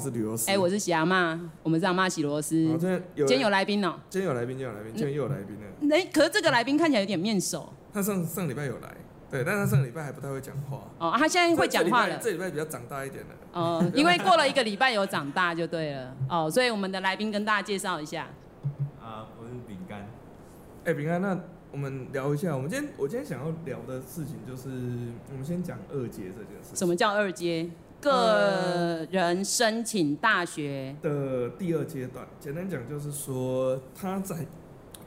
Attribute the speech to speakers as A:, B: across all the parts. A: 是吕罗斯。
B: 哎、我是喜阿妈，我们是阿妈喜罗斯。
A: 好，今天有
B: 今哦天有来宾哦、
A: 今天有来宾，今天有来宾，今天又有来宾了。
B: 哎、可是这个来宾看起来有点面熟
A: 他上上礼拜有来，对，但他上礼拜还不太会讲话。
B: 哦，啊他现在会讲话
A: 这礼
B: 了
A: 拜这礼拜比较长大一点了。
B: 哦，因为过了一个礼拜有长大就对了哦，所以我们的来宾跟大家介绍一下，
C: 啊，我是饼干。
A: 哎，平安，那我们聊一下，我们今天我今天想要聊的事情就是，我们先讲二阶这件事
B: 什么叫二阶？个人申请大学，
A: 的第二阶段。简单讲就是说，他在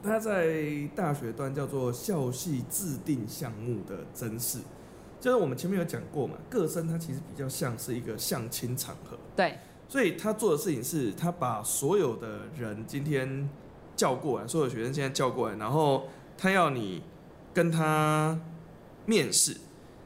A: 他在大学端叫做校系制定项目的甄试，就是我们前面有讲过嘛，各生它其实比较像是一个相亲场合。
B: 对，
A: 所以他做的事情是，他把所有的人今天叫过来，所有学生现在叫过来，然后他要你跟他面试。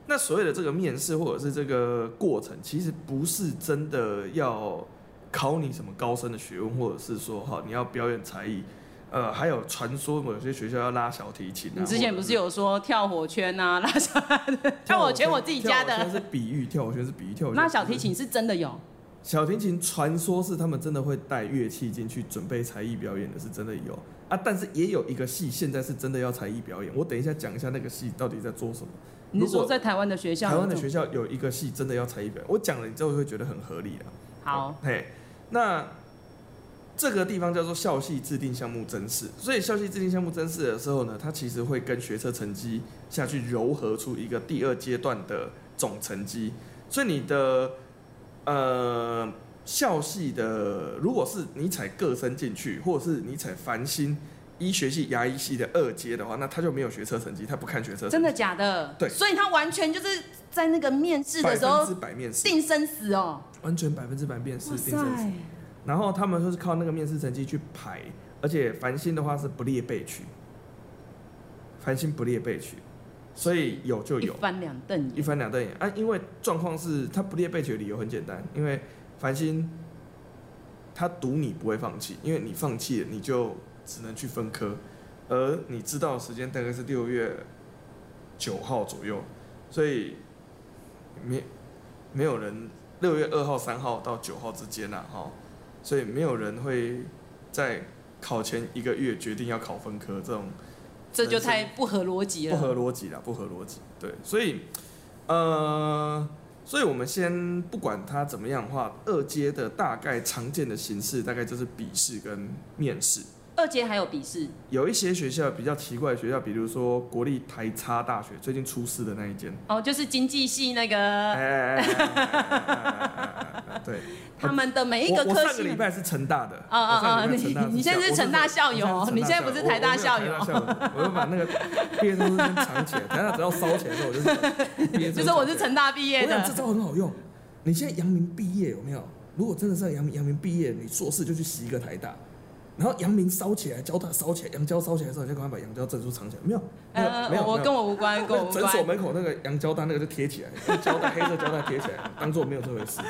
A: 那所谓的这个面试或者是这个过程，其实不是真的要考你什么高深的学问，或者是说哈你要表演才艺，呃，还有传说某些学校要拉小提琴、啊。
B: 你之前不是有说跳火圈啊， 拉小
A: 跳
B: 跳火圈，我自己家
A: 跳火圈
B: 的，
A: 是比喻，跳火圈是比喻，跳火圈
B: 那
A: 不是
B: 小提琴是真的有，
A: 小提琴传说是他们真的会带乐器进去准备才艺表演的，是真的有啊。但是也有一个戏现在是真的要才艺表演，我等一下讲一下那个戏到底在做什么。
B: 你是
A: 如
B: 说
A: 果
B: 在台湾的学校那
A: 台
B: 种？
A: 湾的学校有一个戏真的要才艺表演，我讲了你之后会觉得很合理啊。
B: 好，
A: 嘿，那这个地方叫做校系制定项目甄试，所以校系制定项目甄试的时候呢，它其实会跟学测成绩下去糅合出一个第二阶段的总成绩，所以你的呃校系的，如果是你采各生进去，或者是你采繁星医学系、牙医系的二阶的话，那他就没有学测成绩，他不看学测成绩，
B: 真的假的？
A: 对
B: 所以他完全就是在那个面试
A: 百
B: 的时候
A: 分之百面试，
B: 定生死哦，
A: 完全百分之百面试
B: 哇
A: 定生死
B: 塞。，
A: 然后他们就是靠那个面试成绩去排，而且繁星的话是不列备取，繁星不列备取，所以有就
B: 一
A: 有，
B: 翻两瞪
A: 一
B: 眼，
A: 翻两瞪眼啊！因为状况是他不列备取的理由很简单，因为繁星他赌你不会放弃，因为你放弃了你就只能去分科，而你知道的时间大概是六月九号左右，所以没没有人六月二号、三号到九号之间啦、哈，所以没有人会在考前一个月决定要考分科这种
B: 这就太不合逻辑
A: 不合
B: 了。
A: 逻辑啦，不合逻辑。对，所以，呃，所以我们先不管它怎么样的话，二阶的大概常见的形式大概就是笔试跟面试。
B: 二阶还有笔试，
A: 有一些学校比较奇怪的学校，比如说国立台差大学最近出事的那一间，
B: 哦，就是经济系那
A: 哎
B: 个
A: 哎哎哎哎，对，
B: 他们的每一
A: 我
B: 个
A: 我
B: 科
A: 上个
B: 系
A: 礼。拜是成大的，
B: 啊啊啊！
A: 我上个
B: 你
A: 礼拜成大
B: 你现在是成大校友，你现在不是台大校友，
A: 我我就把那个毕业证书先藏起来，等下只要烧起来的时候，我就是毕业证书
B: 就是我是成大毕业
A: 我想这
B: 的。
A: 招很好用。你现在阳明毕业有没有？如果真的是阳明阳明毕业，你硕士就去洗一个台大，然后阳明烧起来，交大烧起来，阳交烧起来的时候，你就赶快把阳交证书藏起来，有没有？没有，没有。
B: 哎呃
A: 没
B: 我
A: 有
B: 跟我无关，跟我无
A: 诊所
B: 关。
A: 门口那个洋胶带那个就贴起来，用胶带黑色胶带贴起来，当做没有这回事。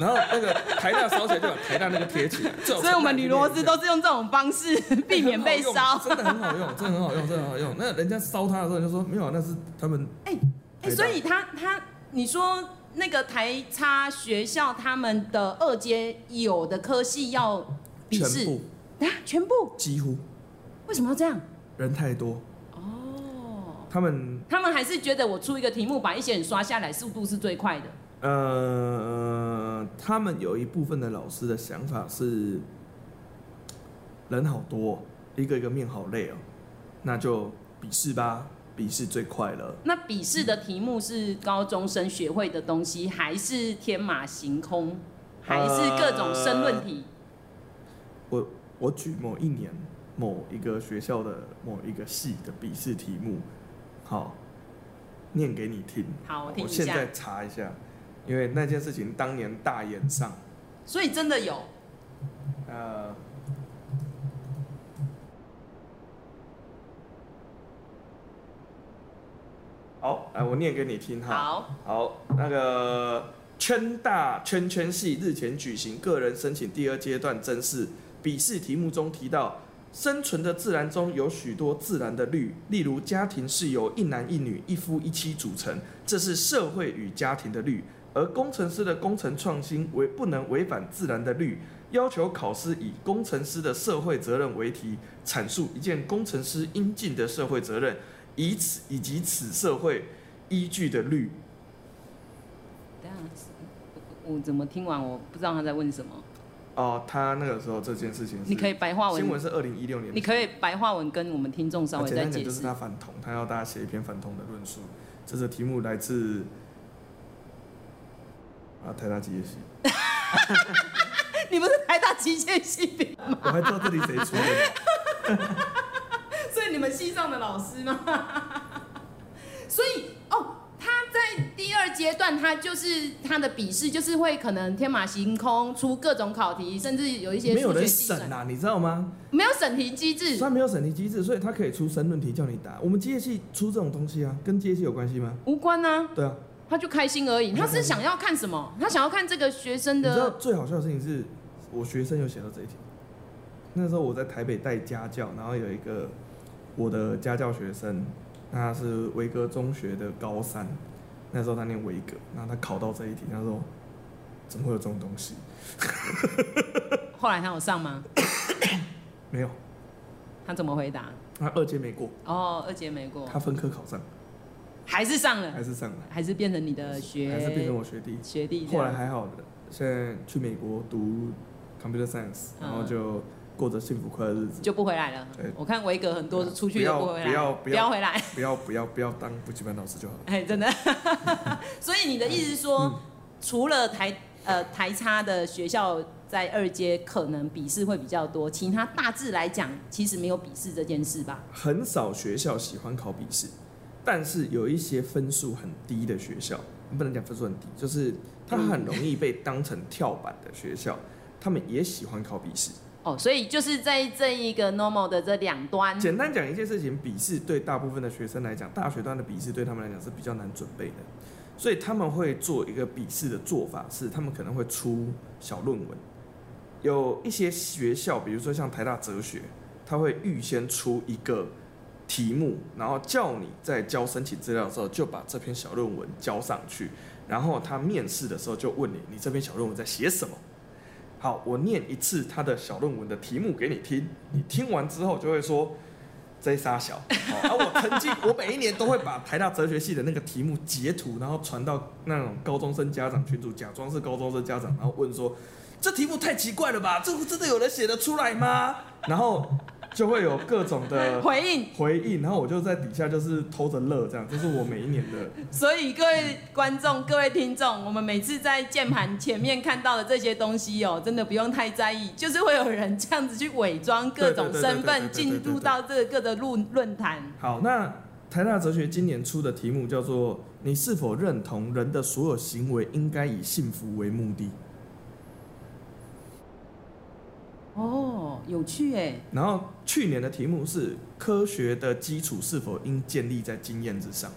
A: 然后那个台大烧起来就把台大那个贴起来，最好
B: 所以我们女螺丝都是用这种方式
A: 哎
B: 避免被烧。
A: 真的很好用，真的很好用，真的很好用。那人家烧他的时候你就说没有啊，那是他们
B: 哎所以他他你说那个台差学校他们的二阶有的科系要笔
A: 全
B: 试
A: 部
B: 啊，全部
A: 几乎
B: 为什么要这样？
A: 人太多，
B: 哦，
A: 他们
B: 他们还是觉得我出一个题目把一些人刷下来，速度是最快的。
A: 呃，他们有一部分的老师的想法是，人好多哦、一个一个面好累哦，那就笔试吧，笔试最快了。
B: 那笔试的题目是高中生学会的东西，还是天马行空，还是各种申论题？
A: 我我举某一年某一个学校的某一个系的笔试题目，好，念给你听。
B: 好，我听
A: 呃我
B: 一
A: 现
B: 下。
A: 在查一下，因为那件事情当年大演上，
B: 所以真的有，
A: 呃，好，来我念给你听哈。
B: 好，
A: 好，那个圈大圈圈系日前举行个人申请第二阶段甄试，笔试题目中提到，生存的自然中有许多自然的律，例如家庭是由一男一女、一夫一妻组成，这是社会与家庭的律。而工程师的工程创新为不能违反自然的律，要求考试以工程师的社会责任为题，阐述一件工程师应尽的社会责任，以此以及此社会依据的律。
B: 等一下我我怎么听完我不知道他在问什么？
A: 哦，他那个时候这件事情是，
B: 你可以白话
A: 嗯新
B: 文，
A: 闻是二零一六年，
B: 你可以白话文跟我们听众稍
A: 啊
B: 微
A: 简
B: 再
A: 单点
B: 解
A: 就是
B: 释。
A: 他反同，他要大家写一篇反同的论述。这则题目来自啊台大机 械系，
B: 你不是台大机械系毕，
A: 我还知道这里谁出的呢。
B: 所以你们系上的老师吗？ 所以哦，他在第二阶段，他就是他的笔试，就是会可能天马行空出各种考题，甚至有一些
A: 没有
B: 数学
A: 人
B: 计算
A: 审，啊，你知道吗？
B: 没有审题机制。
A: 他没有审题机制，所以他可以出申论题叫你答。我们机械系出这种东西啊，跟机械系有关系吗？
B: 无关啊，
A: 对啊，
B: 他就开心而已。他是想要看什么？他想要看这个学生
A: 你知道
B: 的
A: 最好笑的事情是，我学生有写到这一题。那时候我在台北带家教，然后有一个我的家教学生，那他是维格中学的高三，那时候他念维格，然后他考到这一题，他说怎么会有这种东西？
B: 后来他有上吗？
A: 没有，
B: 他怎么回答？
A: 他二阶没过，
B: 哦，二姐没过，
A: 他分科考上，
B: 还是上了，
A: 还是上来，
B: 还是变成你的学，
A: 还是变成我学弟。
B: 学弟这
A: 后来
B: 样。
A: 还好的，现在去美国读 computer science，
B: 嗯
A: 然后就过着幸福快乐日子。
B: 就不回来了
A: 对。
B: 我看维格很多
A: 对啊
B: 出去都不回来，
A: 不要
B: 不
A: 不要
B: 回来，
A: 不要不要不要当补习班老师就好了。
B: 哎，真的。 所以你的意思是说，
A: 嗯
B: 除了台呃台差的学校在二阶可能笔试会比较多，其他大致来讲其实没有笔试这件事吧？
A: 很少学校喜欢考笔试，但是有一些分数很低的学校，不能讲分数很低，就是它很容易被当成跳板的学校，他们也喜欢考笔试。
B: 哦，所以就是在这一个 normal 的这两端，
A: 简单讲一件事情，笔试对大部分的学生来讲，大学段的笔试对他们来讲是比较难准备的，所以他们会做一个笔试的做法是，他们可能会出小论文。有一些学校，比如说像台大哲学，他会预先出一个题目，然后叫你在交申请资料的时候就把这篇小论文交上去，然后他面试的时候就问你，你这篇小论文在写什么？好，我念一次他的小论文的题目给你听，你听完之后就会说。这傻小，哦、啊！我曾经，我每一年都会把台大哲学系的那个题目截图，然后传到那种高中生家长群组，假装是高中生家长，然后问说：“这题目太奇怪了吧？这真的有人写得出来吗？”然后就会有各种的
B: 回应。
A: 回应，然后我就在底下就是偷着乐，这样，这是我每一年的。
B: 所以各位观众、各位听众，我们每次在键盘前面看到的这些东西哦，真的不用太在意，就是会有人这样子去伪装各种身
A: 对对对对
B: 份，
A: 对对对对
B: 进入到这个各的论论坛。
A: 好，那台大哲学今年出的题目叫做“你是否认同人的所有行为应该以幸福为目的
B: 哦，有趣哎，”。
A: 然后去年的题目是“科学的基础是否应建立在经验之上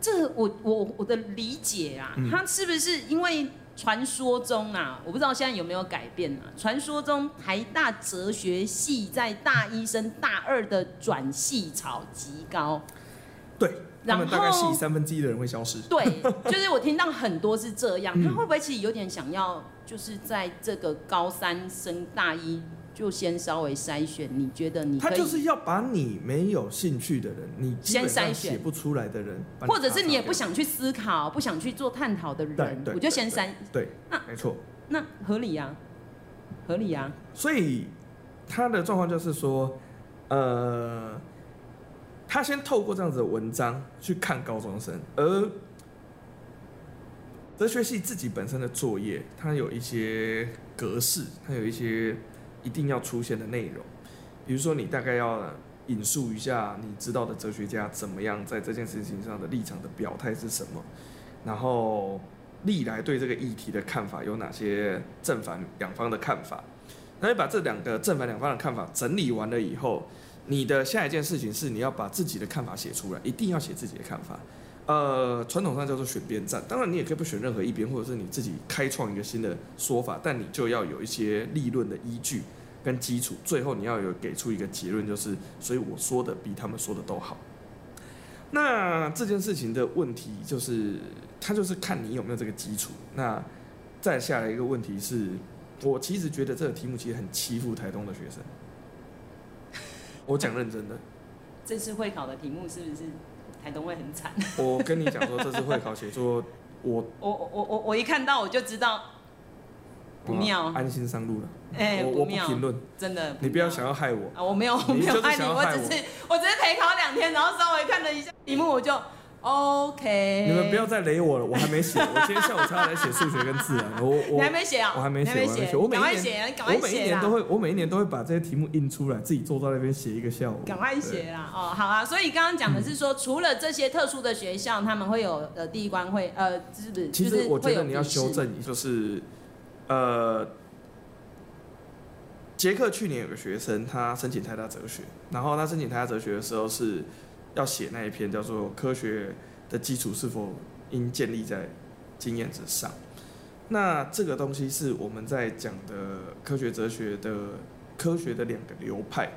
B: 这个我我我的理解啊，
A: 嗯
B: 它是不是因为传说中啊，我不知道现在有没有改变啊？传说中台大哲学系在大一升大二的转系潮极 高。”。
A: 对，他
B: 然
A: 们
B: 后
A: 大概系三分之一的人会消失。
B: 对，就是我听到很多是这样，
A: 嗯
B: 他会不会其实有点想要，就是在这个高三升大一就先稍微筛选？你觉得你
A: 他
B: 可
A: 就
B: 以，
A: 是要把你没有兴趣的人，你基本
B: 先
A: 上
B: 筛选
A: 写不出来的人，把
B: 或者是
A: 擦
B: 你也
A: 掉
B: 不想去思考、不想去做探讨的人
A: 对，对
B: 我就先筛，
A: 对
B: 那，
A: 没错。
B: 那合理呀、合理啊呀、
A: 所以他的状况就是说，呃，他先透过这样子的文章去看高中生，而哲学系自己本身的作业，它有一些格式，它有一些一定要出现的内容，比如说你大概要。引述一下你知道的哲学家怎么样在这件事情上的立场的表态是什么，然后历来对这个议题的看法有哪些正反两方的看法，那你把这两个正反两方的看法整理完了以后，你的下一件事情是你要把自己的看法写出来，一定要写自己的看法。呃，传统上叫做选边站，当然你也可以不选任何一边，或者是你自己开创一个新的说法，但你就要有一些立论的依据跟基础，最后你要有给出一个结论，就是所以我说的比他们说的都好。那这件事情的问题就是，它就是看你有没有这个基础。那再下来一个问题是，我其实觉得这个题目其实很欺负台东的学生。我讲认 真的，
B: 这次会考的题目是不是台东会很惨？
A: 我跟你讲说，这次会考写作，我
B: 我我我我我一看到我就知道不妙
A: 我安心上路了。
B: 哎
A: 我
B: 不
A: 我不
B: 妙
A: 评论，
B: 真的，
A: 你不要想要害我。
B: 啊，我没有，我
A: 你
B: 没
A: 就
B: 有
A: 是
B: 害你，
A: 想要
B: 我
A: 害
B: 只
A: 我
B: 是我只是陪考两天，然后稍微看了一下题目，我就 OK。
A: 你们不要，再雷我了，我还没写，我今天下午才要来写数学跟自然。我
B: 你
A: 我
B: 还没写啊？
A: 我还没
B: 你还没
A: 写
B: 写，
A: 我还没写我每一年
B: 赶快写，啊赶
A: 我
B: 快
A: 每一
B: 写
A: 年
B: 啦
A: 都，会，我每一年都会把这些题目印出来，自己坐在那边写一个下午。
B: 赶快写啦！哦，好啊。所以刚刚讲的是说，除了这些特殊的学校，他们会有呃第一关会呃，是不是？
A: 其
B: 就
A: 实
B: 是
A: 我觉
B: 会有
A: 得你要
B: 笔试
A: 修，正，就是呃，杰克去年有个学生，他申请台大哲学，然后他申请台大哲学的时候是要写那一篇叫做《科学的基础是否应建立在经验之上》。那这个东西是我们在讲的科学哲学的科学的两个流派，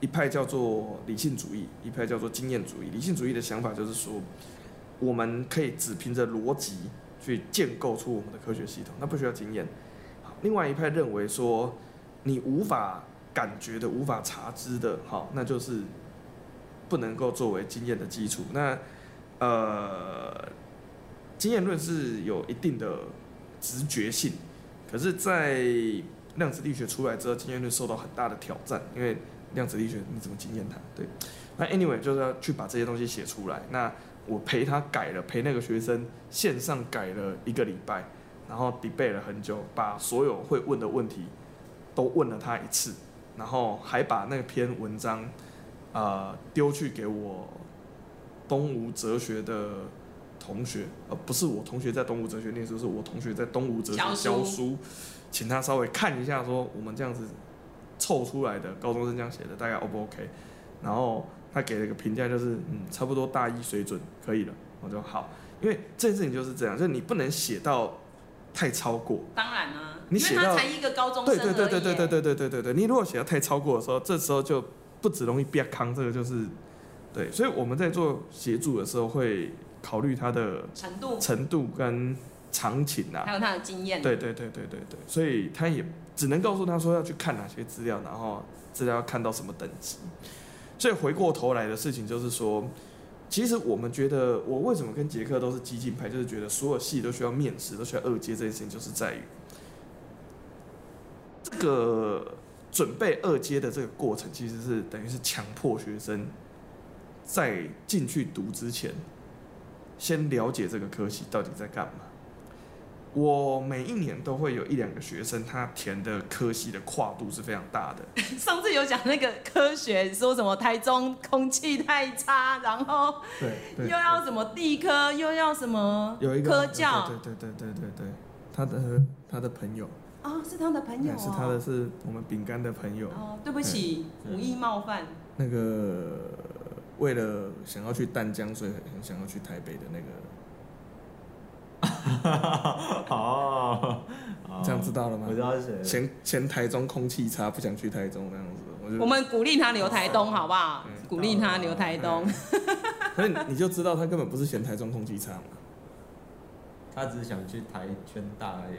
A: 一派叫做理性主义，一派叫做经验主义。理性主义的想法就是说，我们可以只凭着逻辑去建构出我们的科学系统，那不需要经验。好另外一派认为说，你无法感觉的、无法察知的，好，那就是不能够作为经验的基础。那呃，经验论是有一定的直觉性，可是，在量子力学出来之后，经验论受到很大的挑战，因为量子力学你怎么经验它？对，那 anyway 就是要去把这些东西写出来。那我陪他改了，陪那个学生线上改了一个礼拜，然后 debate 了很久，把所有会问的问题都问了他一次，然后还把那篇文章呃丢去给我东吴哲学的同学，呃不是我同学在东吴哲学念书，是我同学在东吴哲学
B: 教书
A: 教书，请他稍微看一下，说我们这样子凑出来的高中生这样写的大概 O 不 OK？然后他给了一个评价，就是嗯，差不多大一水准可以了。我就好，因为这件事情就是这样，就是你不能写到太超过。
B: 当然啊，
A: 你
B: 因为
A: 写
B: 他
A: 到
B: 才一个高中生
A: 对对
B: 而
A: 对对对
B: 已
A: 对对对对对对，你如果写的太超过的时候，这时候就不止容易变康，这个就是对。所以我们在做协助的时候会考虑它的
B: 程度，
A: 程度跟场景啊，
B: 还有他的经验，
A: 对对对对对对，所以他也只能告诉他说要去看哪些资料，然后资料要看到什么等级。所以回过头来的事情就是说，其实我们觉得我为什么跟杰克都是激进派，就是觉得所有戏都需要面试，都需要二阶这件事情，就是在于这个准备二阶的这个过程，其实是等于是强迫学生在进去读之前，先了解这个科系到底在干嘛。我每一年都会有一两个学生，他填的科系的跨度是非常大的。
B: 上次有讲那个科学，说什么台中空气太差，然后
A: 对，
B: 又要什么地科，又要什么
A: 有一个呃
B: 科教
A: 对对对对对对，他的他的朋友，
B: 啊，是他的朋友
A: 对
B: 哦，
A: 是他的是我们饼干的朋友，
B: 哦，对不起，无意冒犯，
A: 那个为了想要去淡江，所以很想要去台北的那个，
C: 哦，
A: 这样知道了吗
C: 我？知道是谁。
A: 嫌嫌台中空气差，不想去台中那样子，我就
B: 我们鼓励他留台东好不好
A: 嗯？
B: 鼓励他留台东，
A: 所以你就知道他根本不是嫌台中空气差嘛。
C: 他只是想去台圈大而已。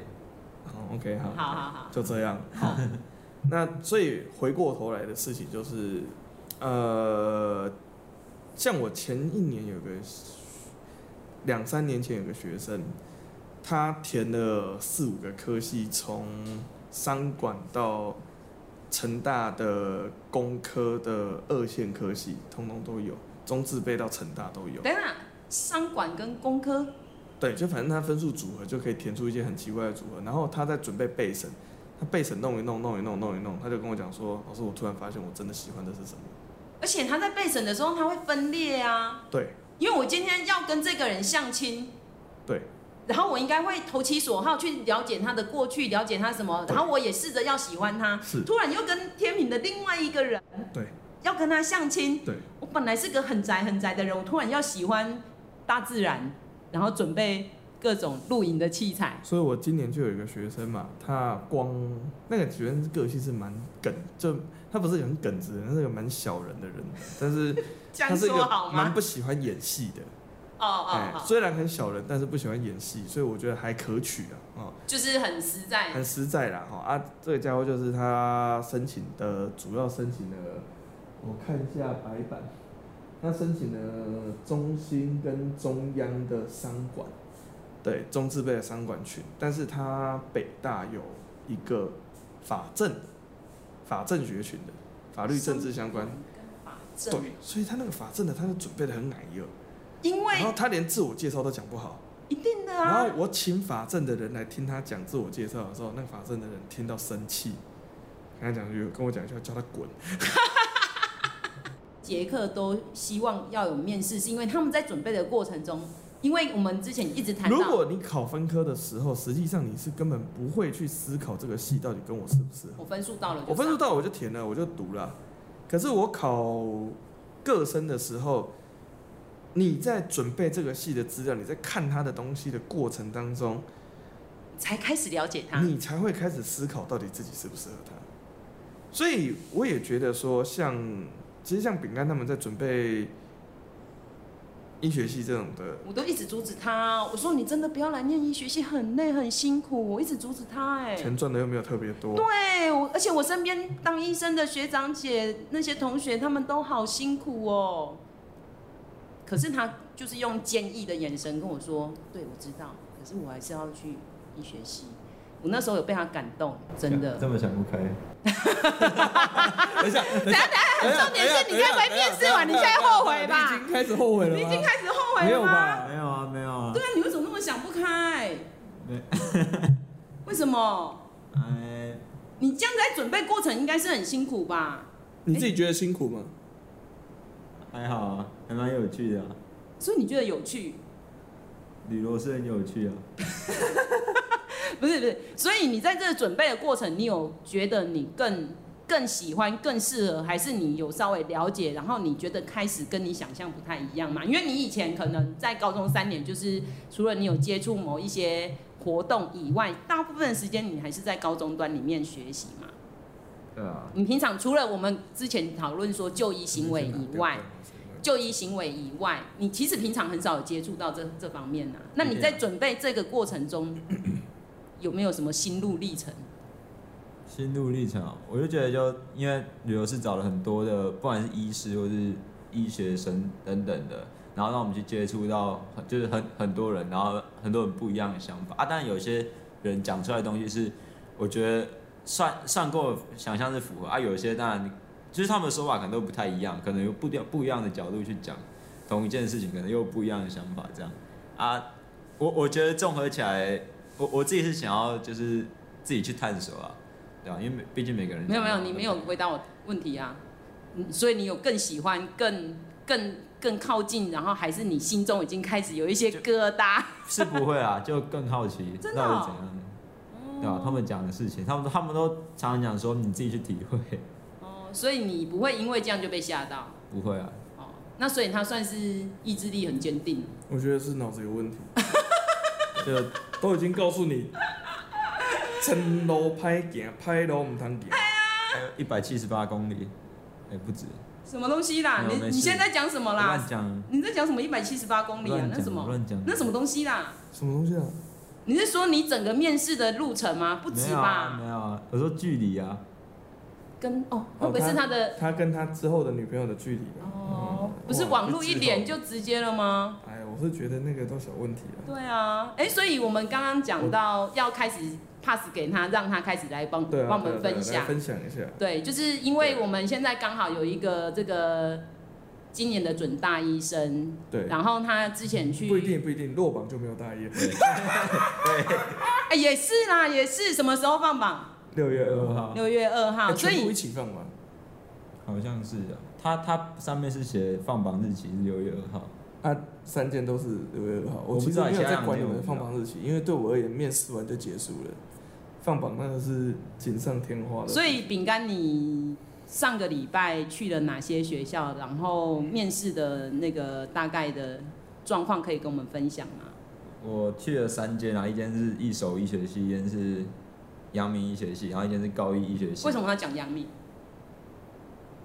A: 好，OK，好哦
B: 好，好好，
A: 就这样。好， 那所以回过头来的事情就是，呃，像我前一年有个两三年前有个学生，他填了四五个科系，从商管到成大的工科的二线科系，通通都有，中自备到成大都有。
B: 等一下，商管跟工科
A: 对，就反正他分数组合就可以填出一些很奇怪的组合。然后他在准备备审，他备审弄一弄，弄一弄，弄一弄，他就跟我讲说：“老师，我突然发现我真的喜欢的是什么
B: 而且他在备审的时候，他会分裂啊。？”
A: 对
B: 因为我今天要跟这个人相亲，
A: 对，
B: 然后我应该会投其所好去了解他的过去，了解他什么，
A: 对
B: 然后我也试着要喜欢他。
A: 是，
B: 突然又跟天平的另外一个人
A: 对
B: 要跟他相亲，
A: 对
B: 我本来是个很宅很宅的人，我突然要喜欢大自然，然后准备各种露营的器材。
A: 所以我今年就有一个学生嘛，他光那个学生个性是蛮梗，就他不是很耿直的人，他是个蛮小人的人，但是
B: 这
A: 他
B: 样
A: 是一
B: 说
A: 个
B: 好
A: 蛮
B: 吗？
A: 不喜欢演戏的，
B: 哦哦
A: 哎，
B: 好，
A: 虽然很小人，但是不喜欢演戏，所以我觉得还可取啊，哦，
B: 就是很实在。
A: 很实在啦，哈、啊，这个家伙就是他申请的主要申请的，我看一下白板，他申请了中心跟中央的商管，对，中字辈的商管群，但是他北大有一个法政，法政学群的法律政治相关，
B: 跟法
A: 对
B: 政，，
A: 所以他那个法政的他就准备的很矮油，
B: 因
A: 然后
B: 为
A: 他连自我介绍都讲不好。
B: 一定的
A: 然后
B: 啊，
A: 我请法政的人来听他讲自我介绍的时候，那个法政的人听到生气，跟他讲有跟我讲一句话叫他滚。
B: 杰克都希望要有面试，是因为他们在准备的过程中，因为我们之前一直谈
A: 如
B: 到，
A: 果你考分科的时候，实际上你是根本不会去思考这个系到底跟我适不适合。
B: 我分数到了就
A: 我
B: 上，
A: 分数到我就填了，我就读了。可是我考个生的时候，你在准备这个系的资料，你在看他的东西的过程当中，
B: 才开始了解他，
A: 你才会开始思考到底自己适不适合他。所以我也觉得说像，其实像饼干他们在准备医学系这种的，
B: 我都一直阻止他，我说你真的不要来念医学系，很累很辛苦，我一直阻止他哎、
A: 钱赚的又没有特别多，
B: 对，我而且我身边当医生的学长姐那些同学，他们都好辛苦哦。可是他就是用坚毅的眼神跟我说：“对，我知道，可是我还是要去医学系。”我那时候有被他感动，真的。
C: 这么想不开。等一下，等一下，
B: 重点是你该不会面试完你现在后悔吧
A: 你已经开始后悔了
B: 你已
A: 吗？
B: 经开始后悔
A: 没
B: 了
A: 有
B: 吗？
A: 吧？
C: 没有啊，没有啊
B: 对。啊，你为什么那么想不开
C: 没？
B: 为什么？
C: 哎，
B: 你这样在准备过程应该是很辛苦吧？
A: 你自己觉得辛苦吗？
C: 还好啊，还蛮有趣的啊。
B: 所以你觉得有趣？
C: 旅罗是很有趣啊。
B: 不是不是，所以你在这个准备的过程，你有觉得你更更喜欢、更适合，还是你有稍微了解，然后你觉得开始跟你想象不太一样嘛？因为你以前可能在高中三年，就是除了你有接触某一些活动以外，大部分的时间你还是在高中端里面学习嘛。
C: 对啊。
B: 你平常除了我们之前讨论说就医行为以外，就医行为以外，你其实平常很少有接触到这这方面呐、那你在准备这个过程 中，有没有什么心路历程？
C: 心路历程啊，我就觉得就因为旅游是找了很多的，不管是医师或是医学生等等的，然后让我们去接触到很就是很很多人，然后很多人不一样的想法啊。当然有些人讲出来的东西是我觉得算算跟我想象是符合啊，有一些当然就是他们的说法可能都不太一样，可能有不掉不一样的角度去讲同一件事情，可能又有不一样的想法这样啊。我我觉得综合起来，我我自己是想要就是自己去探索啊。对啊，因为每毕竟每个人
B: 没有没有，
C: 想法
B: 你
C: 都
B: 没有
C: 不一样
B: 回答我问题啊。嗯所以你有更喜欢、更更更靠近，然后还是你心中已经开始有一些疙瘩？
C: 是不会啊， 就更好奇
B: 真的哦嗯
C: 到底怎样，对啊，他们讲的事情，他们他们都常常讲说你自己去体会，
B: 哦，所以你不会因为这样就被吓到
C: 不会啊，
B: 哦。那所以他算是意志力很坚定。
A: 我觉得是脑子有 问题，
C: 就
A: 都已经告诉你，真路歹行，歹路唔通行。
C: 一百七十八公里，哎、不止，
B: 什么东西啦？
C: 没有
B: 你
C: 没事
B: 你现在讲什么
C: 我
B: 啦
C: 乱？讲，
B: 你在讲什么一百七十八公里啊？
C: 乱
B: 那什
C: 讲，
B: 么？
C: 乱讲，
B: 那什么东西啦？
A: 什么东西啊？
B: 你是说你整个面试的路程吗？不
C: 没
B: 止
C: 有啊，
B: 吧？
C: 没有啊，我说距离啊，
B: 跟哦，会
A: 哦
B: 不会是
A: 他
B: 他的
A: 他跟他之后的女朋友的距离啊吧？
B: 哦？不是
A: 哇
B: 网路
A: 这
B: 一
A: 字
B: 点
A: 好
B: 就直接了吗？
A: 哎，我是觉得那个都小问题了。
B: 对啊，哎，所以我们刚刚讲到要开始 pass 给他，让他开始来帮
A: 对啊，
B: 帮我
A: 对啊
B: 们分
A: 对啊
B: 享
A: 来。分享一下。
B: 对，就是因为
A: 对
B: 我们现在刚好有一个这个今年的准大医生，
A: 对，
B: 然后他之前去
A: 不一定不一定，落榜就没有大一。
B: 哎，也是啦，也是什么时候放榜？
A: 六月二号，
B: 六月二
A: 哎
B: 号，所
A: 全部一
B: 以
A: 起放完。
C: 好像是啊，他他上面是写放榜日期是六月二号，
A: 啊，三件都是六月二号。
C: 我
A: 我
C: 不
A: 其
C: 知
A: 实
C: 道
A: 没有在管
C: 其他两件
A: 你
C: 我
A: 们
C: 不知
A: 放
C: 道
A: 榜日期，因为对我而言，面试完就结束了。放榜那个是锦上添花的。
B: 所以饼干你上个礼拜去了哪些学校？然后面试的那个大概的状况可以跟我们分享吗？
C: 我去了三间，然啊后一间是一手医学系，一间是阳明医学系，然后一间是高一医学系。
B: 为什么他讲杨幂？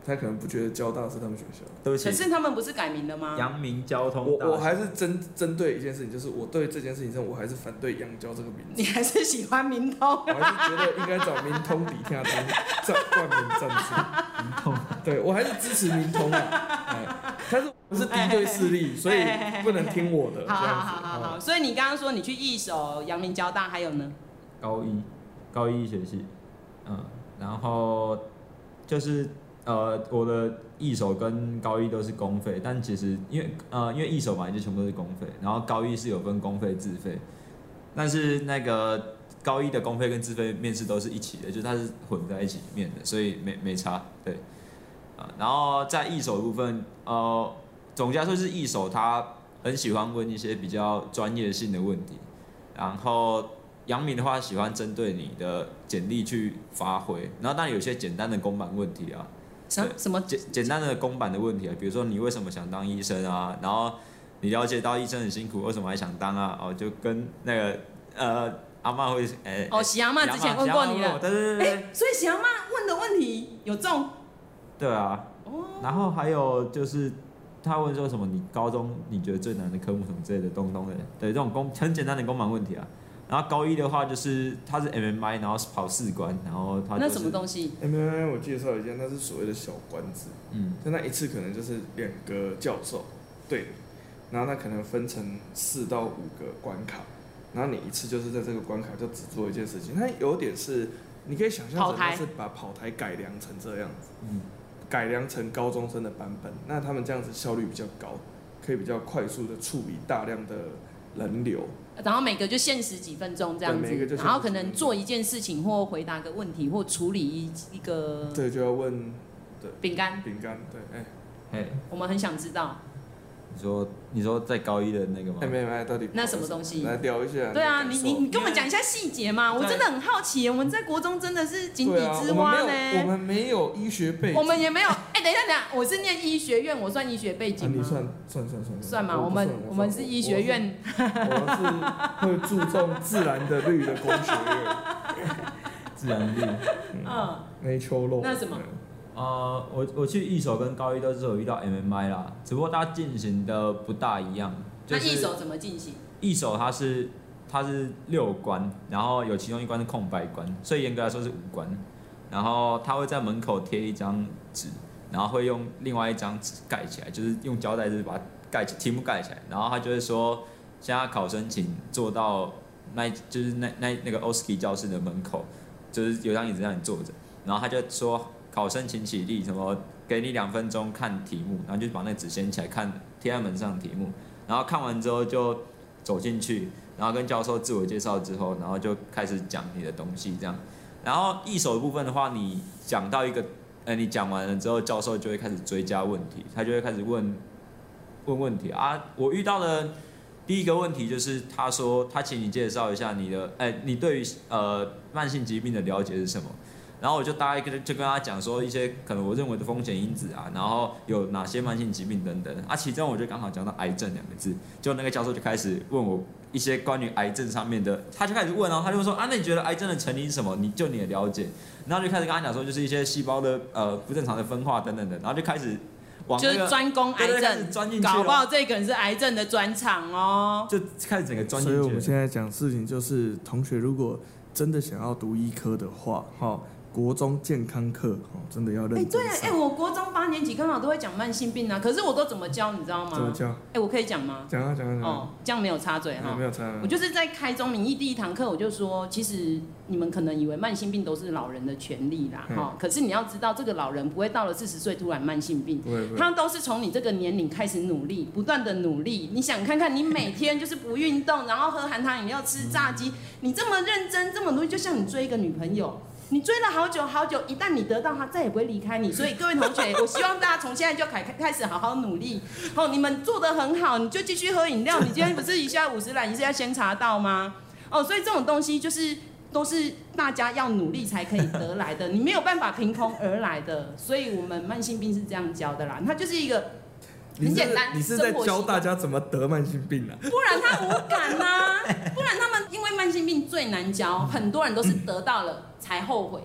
A: 他可能不觉得交大是他们学校。
C: 对不
B: 可
C: 起，
B: 是他们不是改名了吗？
C: 阳明交通
A: 我
C: 大
A: 我
C: 学
A: 还是针针对一件事情，就是我对这件事情上，我还是反对“洋交”这个名字
B: 你，还是喜欢明通？
A: 我还是觉得应该找明通底下当战冠名赞助。明通，对我还是支持明通啊。哎，但是我是敌对势 力，所以不能听我的这
B: 好好
A: 样子。
B: 好好
A: 哦
B: 好，所以你刚刚说你去一手、阳明交大，还有呢？
C: 高一，高一学系，嗯，然后就是呃，我的一手跟高一都是公费，但其实因为呃，因为一手本来就全部都是公费，然后高一是有分公费自费，但是那个高一的公费跟自费面试都是一起的，就是它是混在一起面的，所以没没差，对，啊、然后在一手部分，呃，总结来说是一手他很喜欢问一些比较专业性的问题，然后杨明的话喜欢针对你的简历去发挥，然后当然有些简单的公版问题啊，
B: 什
C: 对
B: 什么？
C: 简简单的公版的问题啊，比如说你为什么想当医生啊，然后你了解到医生很辛苦，为什么还想当啊？哦，就跟那个呃阿妈会哎、
B: 哦，喜羊
C: 阿
B: 妈之前问过你了，
C: 对对 对对
B: 哎，所以喜羊妈问的问题有中
C: 对啊，
B: 哦。
C: 然后还有就是。他问说什么？你高中你觉得最难的科目什么之类的东东的，对这种公很简单的公版问题啊。然后高一的话就是他是 MMI，然后跑四关，然后他、就是、
B: 那什么东西？
A: M M I 我介绍一下，那是所谓的小官制，
C: 嗯，
A: 就那一次可能就是两个教授对，然后那可能分成四到五个关卡，然后你一次就是在这个关卡就只做一件事情，它有点是你可以想象
B: 跑
A: 成它
B: 台
A: 是把跑台改良成这样子，
C: 嗯，
A: 改良成高中生的版本，那他们这样子效率比较高，可以比较快速的处理大量的人流，
B: 然后每个就限时几分钟这样
A: 对每个就
B: 子，
A: 限时
B: 然后可能做一件事情或回答个问题或处理一一个
A: 这就要问
B: 饼干，
A: 饼干，对，哎、
C: 嘿，
B: 我们很想知道
C: 你说你说在高一的那个吗？
A: m M I 到底
B: 那什么东西。
A: 来聊一下，
B: 对啊，
A: 的
B: 你
A: 感受
B: 你你跟我们讲一下细节嘛，我
C: 在
B: 真的很好奇。我们在国中真的是井底
A: 对啊
B: 之蛙
A: 我们
B: 呢，
A: 没有，我们没有医学背景，
B: 我们也没有。哎，等一下，等一下，我是念医学院，我算医学背
A: 啊
B: 景
A: 你
B: 吗？
A: 算算算算
B: 算嘛，
A: 我
B: 我
A: 不
B: 们
A: 算
B: 我们是医学，院，
A: 我算我是我是会注重自然的绿的工学院，
C: 自然力。
B: 嗯，
A: 没秋肉。
B: 那什么
C: 呃，我我去一手跟高一都是有遇到 MMI 啦，只不过它进行的不大一样。就
B: 那
C: 是
B: 一手怎么进行？
C: 一手它是它是六关，然后有其中一关是空白关，所以严格来说是五关。然后他会在门口贴一张纸，然后会用另外一张纸盖起来，就是用胶带就是把它盖起题目盖起来。然后他就会说，现在考生请坐到那一就是那那那个 OSKI 教室的门口，就是有张椅子让你坐着。然后他就说，考生请起立，什么给你两分钟看题目，然后就把那个纸掀起来看贴在门上的题目。然后看完之后就走进去，然后跟教授自我介绍之后，然后就开始讲你的东西这样。然后一手的部分的话，你讲到一个，呃，你讲完了之后，教授就会开始追加问题，他就会开始问问问题啊。我遇到的第一个问题就是，他说他请你介绍一下你的，哎、你对于呃慢性疾病的了解是什么？然后我就大概跟就跟他讲说一些可能我认为的风险因子啊，然后有哪些慢性疾病等等啊，其中我就刚好讲到癌症两个字，就那个教授就开始问我一些关于癌症上面的，他就开始问啊，他就说啊，那你觉得癌症的成因是什么？你就你的了解，然后就开始跟他讲说，就是一些细胞的呃不正常的分化等等的，然后就开始往
B: 就
C: 那
B: 是
C: 个
B: 专攻癌
C: 对对开始
B: 症，
C: 钻进去
B: 搞不
C: 了，
B: 好这个人是癌症的专场哦。
C: 就开始整个钻
A: 所以我
C: 进
A: 们
C: 去
A: 现
C: 了。
A: 在讲事情就是，同学如果真的想要读医科的话，哈、国中健康课哦，真的要认
B: 哎、
A: 真
B: 对啊，哎、
A: 上。
B: 我国中八年级刚好都会讲慢性病啊，可是我都怎么教，你知道
A: 怎么
B: 吗？
A: 教？
B: 哎、我可以讲吗？
A: 讲啊讲啊讲啊！
B: 哦，这样没有插嘴
A: 哎
B: 哈
A: 没。有参
B: 我就是在开宗明义第一堂课，我就说，其实你们可能以为慢性病都是老人的权利啦，哈、
A: 嗯
B: 可是你要知道，这个老人不会到了四十岁突然慢性病，
A: 不会不会，
B: 他都是从你这个年龄开始努力，不断的努力。你想看看，你每天就是不运动，然后喝含糖饮料、吃炸鸡，你这么认真，这么努力，就像你追一个女 朋友，你追了好久好久，一旦你得到她，再也不会离开你。所以各位同学，我希望大家从现在就开开始好好努力。哦，你们做的很好，你就继续喝饮料。你今天不是一下五十兰，一下先查到吗？哦，所以这种东西就是。都是大家要努力才可以得来的，你 没有办法凭空而来的，所以我们慢性病是这样教的啦，它就是一个
A: 你是
B: 很简单
A: 你是在
B: 生活习
A: 教大
B: 惯
A: 家怎么得慢性病啊？
B: 不然他无感呐、不然他们因为慢性病最难教，很多人都是得到了才后悔。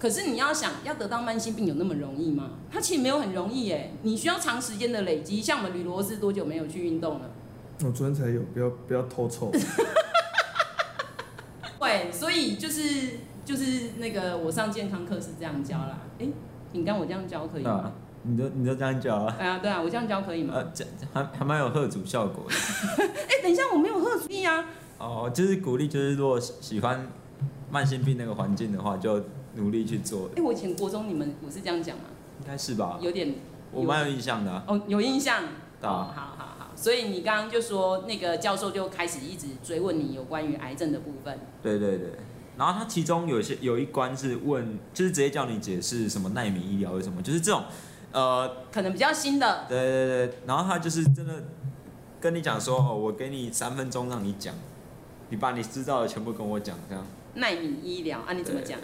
B: 可是你要想要得到慢性病有那么容易吗？它其实没有很容易耶，你需要长时间的累积。像我们吕罗斯多久没有去运动了？
A: 我昨天才有，不要不要偷 臭。
B: 对，所以就是就是那个我上健康课是这样教啦。哎、饼干我这样教可以
C: 啊
B: 吗？，
C: 你都你都这样讲啊，
B: 哎呀，对啊，我这样教可以吗？
C: 呃，这这还还蛮有贺主效果的。
B: 哎、等一下，我没有喝主意啊。
C: 哦，就是鼓励，就是如果喜喜欢慢性病那个环境的话，就努力去做，
B: 哎、我以前国中你们我是这样讲吗？
C: 应该是吧？
B: 有点
C: 我蛮有印象的啊、
B: 哦，有印象。
C: 对啊
B: 哦，好好好。所以你刚刚就说那个教授就开始一直追问你有关于癌症的部分。
C: 对对对。然后它其中有些有一关是问，就是直接叫你解释什么耐米医疗是什么，就是这种，呃，
B: 可能比较新的，
C: 对对对，然后他就是真的跟你讲说，哦，我给你三分钟让你讲，你把你知道的全部跟我讲，这样。
B: 耐米医疗啊，你怎么讲？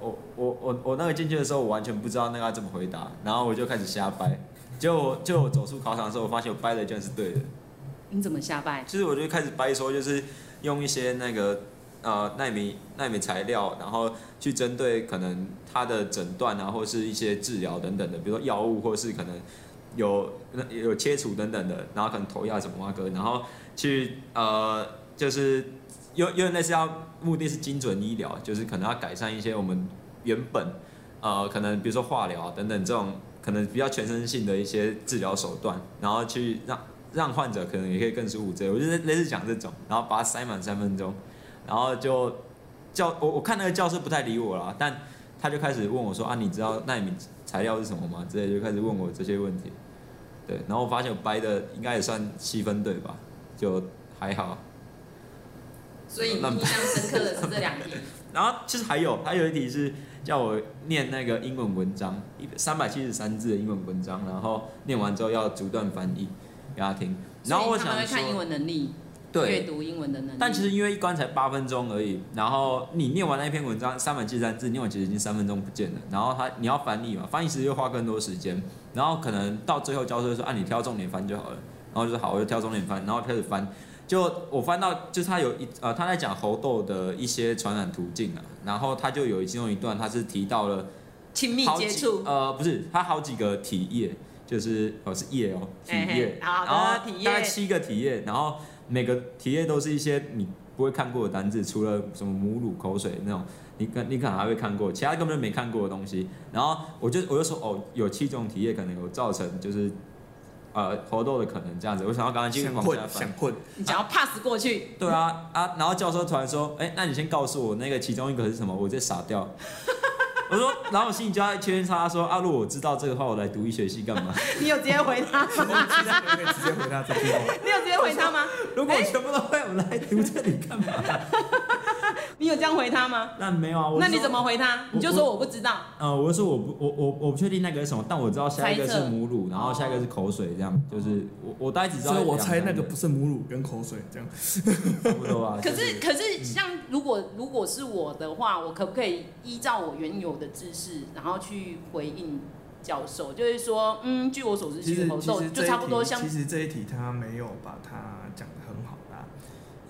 C: 我我我我那个进去的时候，我完全不知道那个要怎么回答，然后我就开始瞎掰。结果我就我走出考场的时候，我发现我掰的居然是对的。
B: 你怎么下拜？
C: 就是我就开始掰说，就是用一些那个呃纳米纳米材料，然后去针对可能它的诊断啊，或是一些治疗等等的，比如说药物，或是可能有那有切除等等的，然后可能投药什么啊哥，然后去呃就是有有点类似要目的是精准医疗，就是可能要改善一些我们原本呃可能比如说化疗啊等等这种可能比较全身性的一些治疗手段，然后去让让患者可能也可以更舒服之类的。我就是类似讲这种，然后把它塞满三分钟，然后就教我我看那个教授不太理我啦，但他就开始问我说啊，你知道纳米材料是什么吗？之类的就开始问我这些问题。对，然后我发现我掰的应该也算七分对吧，就还好。
B: 所以你印象深刻的是这两题。
C: 然后其实还有还有一题是叫我念那个英文文章，一三百七十三字的英文文章，然后念完之后要逐段翻译给他听。 然后我
B: 所以他们
C: 想
B: 会看英
C: 说，
B: 文能力，阅
C: 对，
B: 读英文的能力。
C: 但其实因为一关才八分钟而已，然后你念完那一篇文章三百七十三字，念完其实已经三分钟不见了。然后他你要翻译嘛，翻译其实又花更多时间。然后可能到最后教授就说啊，你挑重点翻就好了。然后就说好，我就挑重点翻，然后开始翻。就我翻到，就是他有一呃，他在讲猴痘的一些传染途径啊，然后他就有其中一段，他是提到了
B: 亲密
C: 好
B: 接
C: 几
B: 触，
C: 呃，不是，它好几个体液，就是哦是液哦，体
B: 嘿嘿
C: 液，
B: 好的
C: 然后
B: 体液
C: 大概七个体液，然后每个体液都是一些你不会看过的单字，除了什么母乳、口水那种，你可你可能还会看过，其他根本就没看过的东西。然后我就我就说哦，有七种体液可能有造成就是呃猴痘的可能这样子，我想要刚刚继续
A: 想
C: 往下
A: 混
C: 翻
A: 想。混，
B: 你想要
C: 啊
B: pass 过去，
C: 对啊啊！然后教授突然说：“哎、那你先告诉我那个其中一个是什么，我再傻掉。”我说，然后我心里就在圈圈叉叉说：“啊，如果我知道这个话，我来读医学系干嘛
B: 你有直接回他
A: 我
B: 吗？
A: 们期待可以直接回答这句话。
B: 你有直接回他吗？？”
C: 如果我全部都会，我来读这里干嘛？
B: 你有这样回他吗？
C: 那没有啊，我
B: 那
C: 就
B: 你
C: 说
B: 怎？么回他？你就说我不知
A: 啊
B: 道。
C: 呃，我就说我不，我我我不确定那个是什么，但我知道下一个
B: 猜
C: 是
B: 测
C: 母乳，然后下一个是口水，这样就是我我大概只知道
A: 所以
C: 两。
A: 我猜那个
C: 两
A: 不是母乳跟口水这样。
C: 差不多啊。
B: 可
C: 就是
B: 可是，像如果如果是我的话，我可不可以依照我原有的知识，然后去回应教授？就是说，嗯，据我所知，
A: 其
B: 其
A: 实
B: 实猴
A: 其
B: 痘
A: 实
B: 就
A: 这一
B: 差不多
A: 题
B: 像
A: 其实这一题他没有把它讲得很好啦，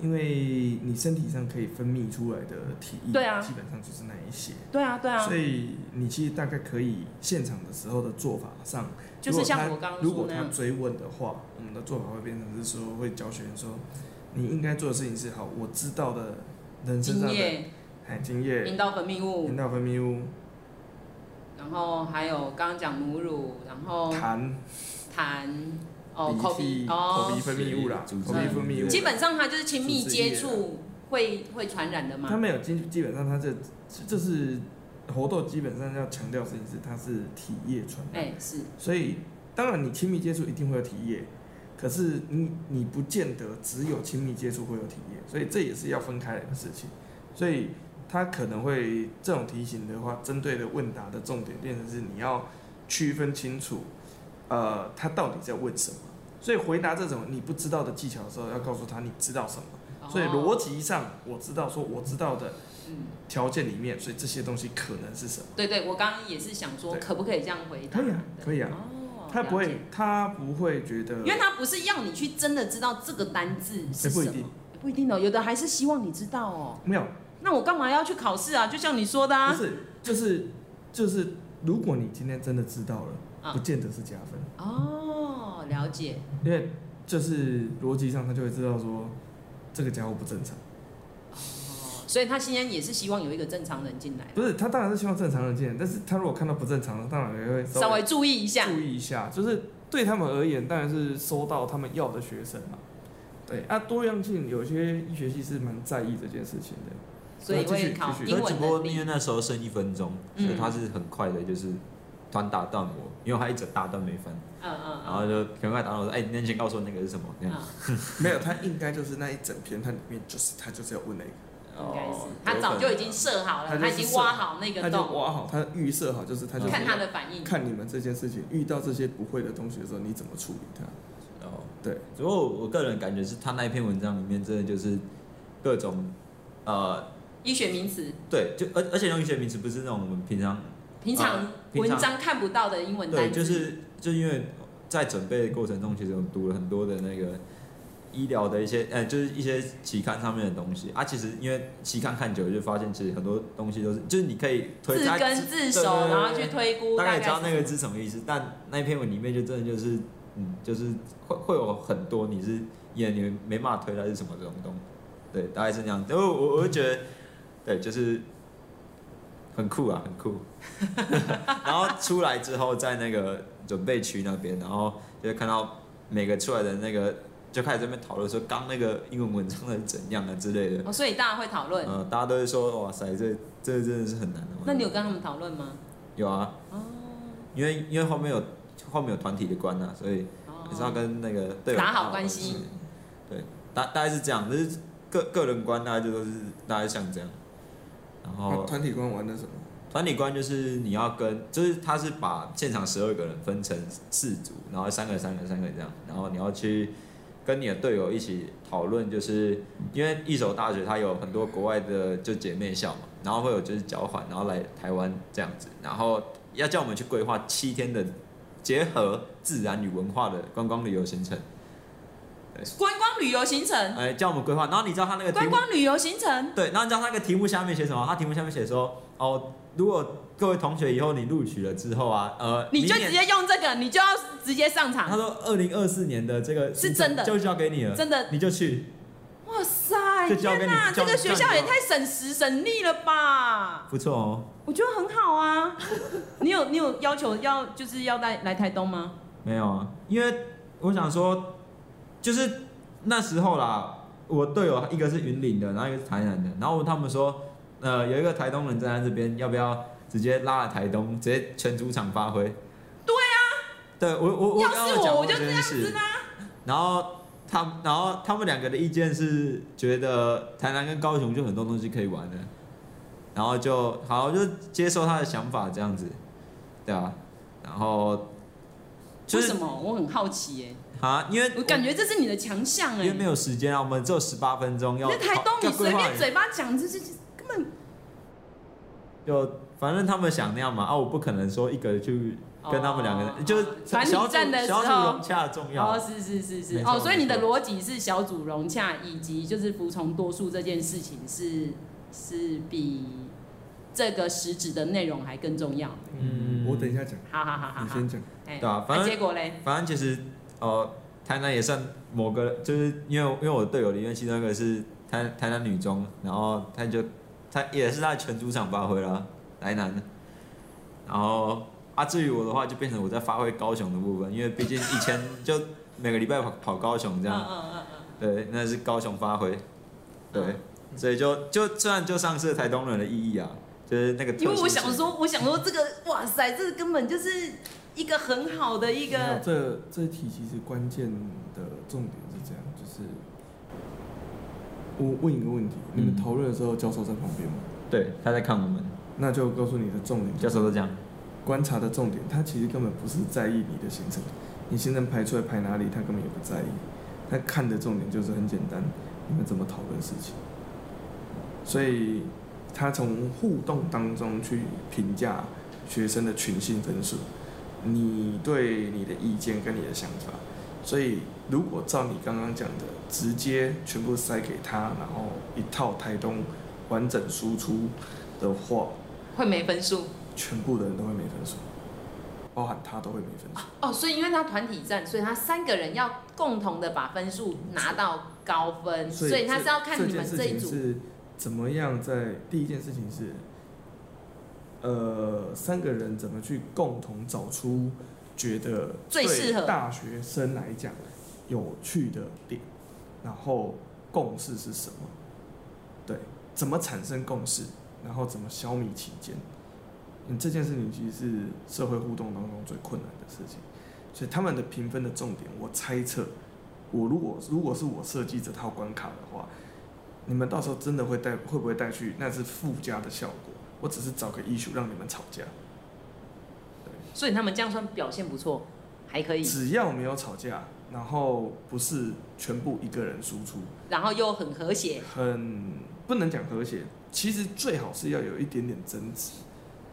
A: 因为你身体上可以分泌出来的体液，
B: 对啊
A: 基本上就是那一些。
B: 对啊对啊
A: 所，以你其实大概可以现场的时候的做法上，
B: 就是像我刚刚
A: 如果
B: 说
A: 他如果
B: 那样
A: 他。追问的话，我们的做法会变成是说，会教学员说，你应该做的事情是好，我知道的人身
B: 精
A: 上的
B: 液、
A: 哎精液、
B: 阴道分泌物
A: 阴，道分泌物、
B: 然后还有刚刚讲母乳，然后
A: 痰、
B: 痰，哦，
A: 鼻
B: 口
A: 涕、
B: 鼻，
A: 口
B: 哦
A: 鼻，分泌物啦，口
C: 组织
A: 鼻分泌物。
B: 基本上它就是亲密
A: 组织液
B: 接触会会传染的
A: 他
B: 嘛。
A: 没有基基本上他这这是猴痘基本上要强调的事情是它是体液传染，
B: 哎，是，
A: 所以当然你亲密接触一定会有体液，可是你你不见得只有亲密接触会有体液，所以这也是要分开来的事情，所以他可能会这种题型的话，针对的问答的重点变成是你要区分清楚，呃，他到底在问什么。所以回答这种你不知道的技巧的时候，要告诉他你知道什么。所以
B: 哦
A: 逻辑上，我知道说我知道的
B: 嗯
A: 条件里面，所以这些东西可能是什么？
B: 对对，我刚刚也是想说，
A: 对
B: 可不可以这样回答？
A: 可以啊，可以啊。
B: 哦，哦，
A: 他不
B: 了解
A: 会，他不会觉得
B: 因为他不是要你去真的知道这个单字是
A: 哎
B: 什
A: 不
B: 么，
A: 一定
B: 不一定哦，有的还是希望你知道哦。
A: 没有，
B: 那我干嘛要去考试啊？就像你说的
A: 不
B: 啊，
A: 是，就是就是，如果你今天真的知道
B: 啊
A: 了，不见得是加分，
B: 哦，了解，
A: 因为就是逻辑上他就会知道说这个家伙不正常。
B: 哦，所以他现在也是希望有一个正常人进来，
A: 不是，他当然是希望正常人见，但是他如果看到不正常的，当然也会
B: 稍微注意一下，
A: 注意一下，就是对他们而言，当然是收到他们要的学生嘛。对啊，多样性有些医学系是蛮在意这件事情的。
B: 所以
A: 对继
B: 会
A: 续
B: 考
A: 继续
B: 英
C: 可是
B: 文
C: 只不过
B: 能
C: 因为
B: 力。
C: 那时候剩一分钟，所
B: 嗯
C: 以他是很快的，就是团打断我，因为他一整大段没翻，
B: 嗯嗯
C: 然
B: 嗯
C: 后就赶快打断我说：“哎，你先告诉我那个是什么？”这
B: 嗯
C: 样，，
A: 没有，他应该就是那一整篇，他里面就是他就是要问那个，
B: 应该是
C: 哦
B: 他早就已经
C: 有
B: 设好了，
A: 他就
B: 他
A: 是
B: 已经挖好那
A: 他
B: 个
A: 就
B: 洞，
A: 挖好，他预设好，就是他就是
B: 看他
A: 要
B: 的反应。
A: 看你们这件事情遇到这些不会的东西的时候，你怎么处理它。
B: 嗯
C: 可能哦，
A: 对。
C: 只不过我个人感觉是他那一篇文章里面真的就是各种呃，
B: 医学名词，
C: 对，就而而且用一些名词不是那种我们平常
B: 平常
C: 啊平常
B: 文章看不到的英文
C: 对，
B: 单
C: 就
B: 词。
C: 是就因为在准备的过程中，其实我们读了很多的那个医疗的一些，呃，就是一些期刊上面的东西啊。其实因为期刊看久了，就发现其实很多东西都是，就是你可以推
B: 自
C: 大概
B: 根
C: 知
B: 自
C: 对对
B: 熟，
C: 对
B: 然后
C: 对
B: 去推估
C: 大
B: 大
C: 概
B: 概
C: 知道那个
B: 是
C: 是什么意思。但那一篇文里面就真的就是，嗯，就是会会有很多你是也你没办法推它是什么这种东西，对，大概是那样。因为我我我会觉得，对，就是很酷啊，很酷。 然后出来之后，在那个准备区那边，然后就看到每个出来的那个就开始在那边讨论说，刚那个英文文章的是怎样啊之类的
B: 什。么哦，所以大家会讨论。
C: 嗯、大家都会说，哇塞，这这真的是很难的。
B: 那你有跟他们讨论吗？
C: 有啊？
B: 哦，
C: 因为因为后面有后面有团体的关呐、所以也是要
B: 哦，
C: 跟那个队友
B: 打好关系。
A: 哦
C: 对，大大概是这样，就是个个人关大概就都是大概像这样，然
A: 那
C: 后
A: 团体观玩的什么？
C: 团体关就是你要跟，就是他是把现场十二个人分成四组，然后三个三个三个这样，然后你要去跟你的队友一起讨论，就是因为一所大学它有很多国外的就姐妹校嘛，然后会有就是交换，然后来台湾这样子，然后要叫我们去规划七天的结合自然与文化的观光旅游行程，
B: 观光旅游行程，
C: 哎，叫我们规划，然后你知道他那个题
B: 观
C: 目
B: 光旅游行程，
C: 对，然后你知道那个题目下面写什么？他题目下面写说，哦，如果各位同学以后你录取了之后啊，呃，
B: 你就
C: 明年
B: 直接用这个，你就要直接上
C: 他
B: 场，
C: 说二零二四年的这个
B: 是
C: 行
B: 真
C: 程
B: 的
C: 就交给你了，
B: 真的，
C: 你就去。
B: 哇塞，
C: 就嗯交
B: 天
C: 给你
B: 哪，这
C: 交
B: 个学校也
C: 交给你
B: 太省时省力了吧？
C: 不错哦，
B: 我觉得很好啊。 你有你有要求要就是要来来台东吗？
C: 没有啊，因为我想说，就是那时候啦，我队友一个是云林的，然后一个是台南的，然后他们说，呃，有一个台东人站在这边，要不要直接拉来台东，直接全主场发挥？
B: 对
C: 啊，对我我我
B: 要
C: 刚
B: 是
C: 刚有讲
B: 我，
C: 过
B: 我就
C: 这
B: 这
C: 件
B: 样
C: 事
B: 子啦。
C: 然后他，然后他们两个的意见是觉得台南跟高雄就很多东西可以玩的，然后就好就接受他的想法这样子，对啊，然后就
B: 为
C: 是
B: 什么？我很好奇耶，
C: 啊，因为
B: 我感觉这是你的强项
C: 因
B: 哎。
C: 为没有时间啊，我们只有十八分钟要
B: 那台东
C: 要
B: 你
C: 规
B: 随
C: 划
B: 便嘴巴讲，这这这根本
C: 就反正他们想那样嘛啊，我不可能说一个去跟他们两个人，
B: 哦
C: 就是
B: 团体
C: 小组
B: 战的时
C: 小
B: 候
C: 组融洽重要
B: 哦，，是是是是
C: 没错
B: 哦，所以
C: 没
B: 你的
C: 错
B: 逻辑是小组融洽以及就是服从多数这件事情是是比这个实质的内容还更重要。
C: 嗯
A: 我等一下讲，
B: 好好好好
A: 你
B: 好
A: 先，讲。
B: 哎
C: 对啊反
B: 那
C: 正
B: 结果嘞，
C: 反正其实呃，台南也算某个，就是因为因为我队友里面其中一个是台台南女中，然后他就他也是在全主场发挥啦，台南的。然后啊，至于我的话，就变成我在发挥高雄的部分，因为毕竟以前就每个礼拜跑跑高雄
B: 嗯
C: 这样，
B: 嗯嗯嗯，
C: 对，那是高雄发挥，对
B: 嗯，
C: 所以就就虽然就上次台东人的意义啊，就是那个特
B: 因为我
C: 殊性
B: 想说，我想说这个，哇塞，这个根本就是一个很好的一
A: 没有
B: 个，
A: 这这题其实关键的重点是这样，就是我问一个问题，你们
C: 嗯
A: 讨论的时候教授在旁边吗？
C: 对，他在看我们，
A: 那就告诉你的重点，
C: 教授都这样，
A: 观察的重点，他其实根本不是在意你的行程，你行程排出来排哪里，他根本也不在意，他看的重点就是很简单，你们怎么讨论事情，所以他从互动当中去评价学生的群性分数，你对你的意见跟你的想法。所以如果照你刚刚讲的，直接全部塞给他，然后一套台东完整输出的话，
B: 会没分数
A: 全部的人都会没分数，包含他都会没分数。
B: 哦。所以因为他团体战，所以他三个人要共同的把分数拿到高分，啊所以他是要看你们
A: 这
B: 这一
A: 件事
B: 组
A: 情是怎么样在第一件事情是，呃，三个人怎么去共同找出觉得
B: 最适合
A: 对大学生来讲有趣的点，然后共识是什么？对，怎么产生共识，然后怎么消弭其间。嗯，这件事情其实是社会互动当中最困难的事情，所以他们的评分的重点，我猜测，我如果如果是我设计这套关卡的话，你们到时候真的会带会不会带去？那是附加的效果。我只是找个 issue 让你们吵架，
B: 所以他们这样算表现不错，还可以，
A: 只要没有吵架，然后不是全部一个人输出，
B: 然后又很和谐，
A: 很不能讲和谐。其实最好是要有一点点争执。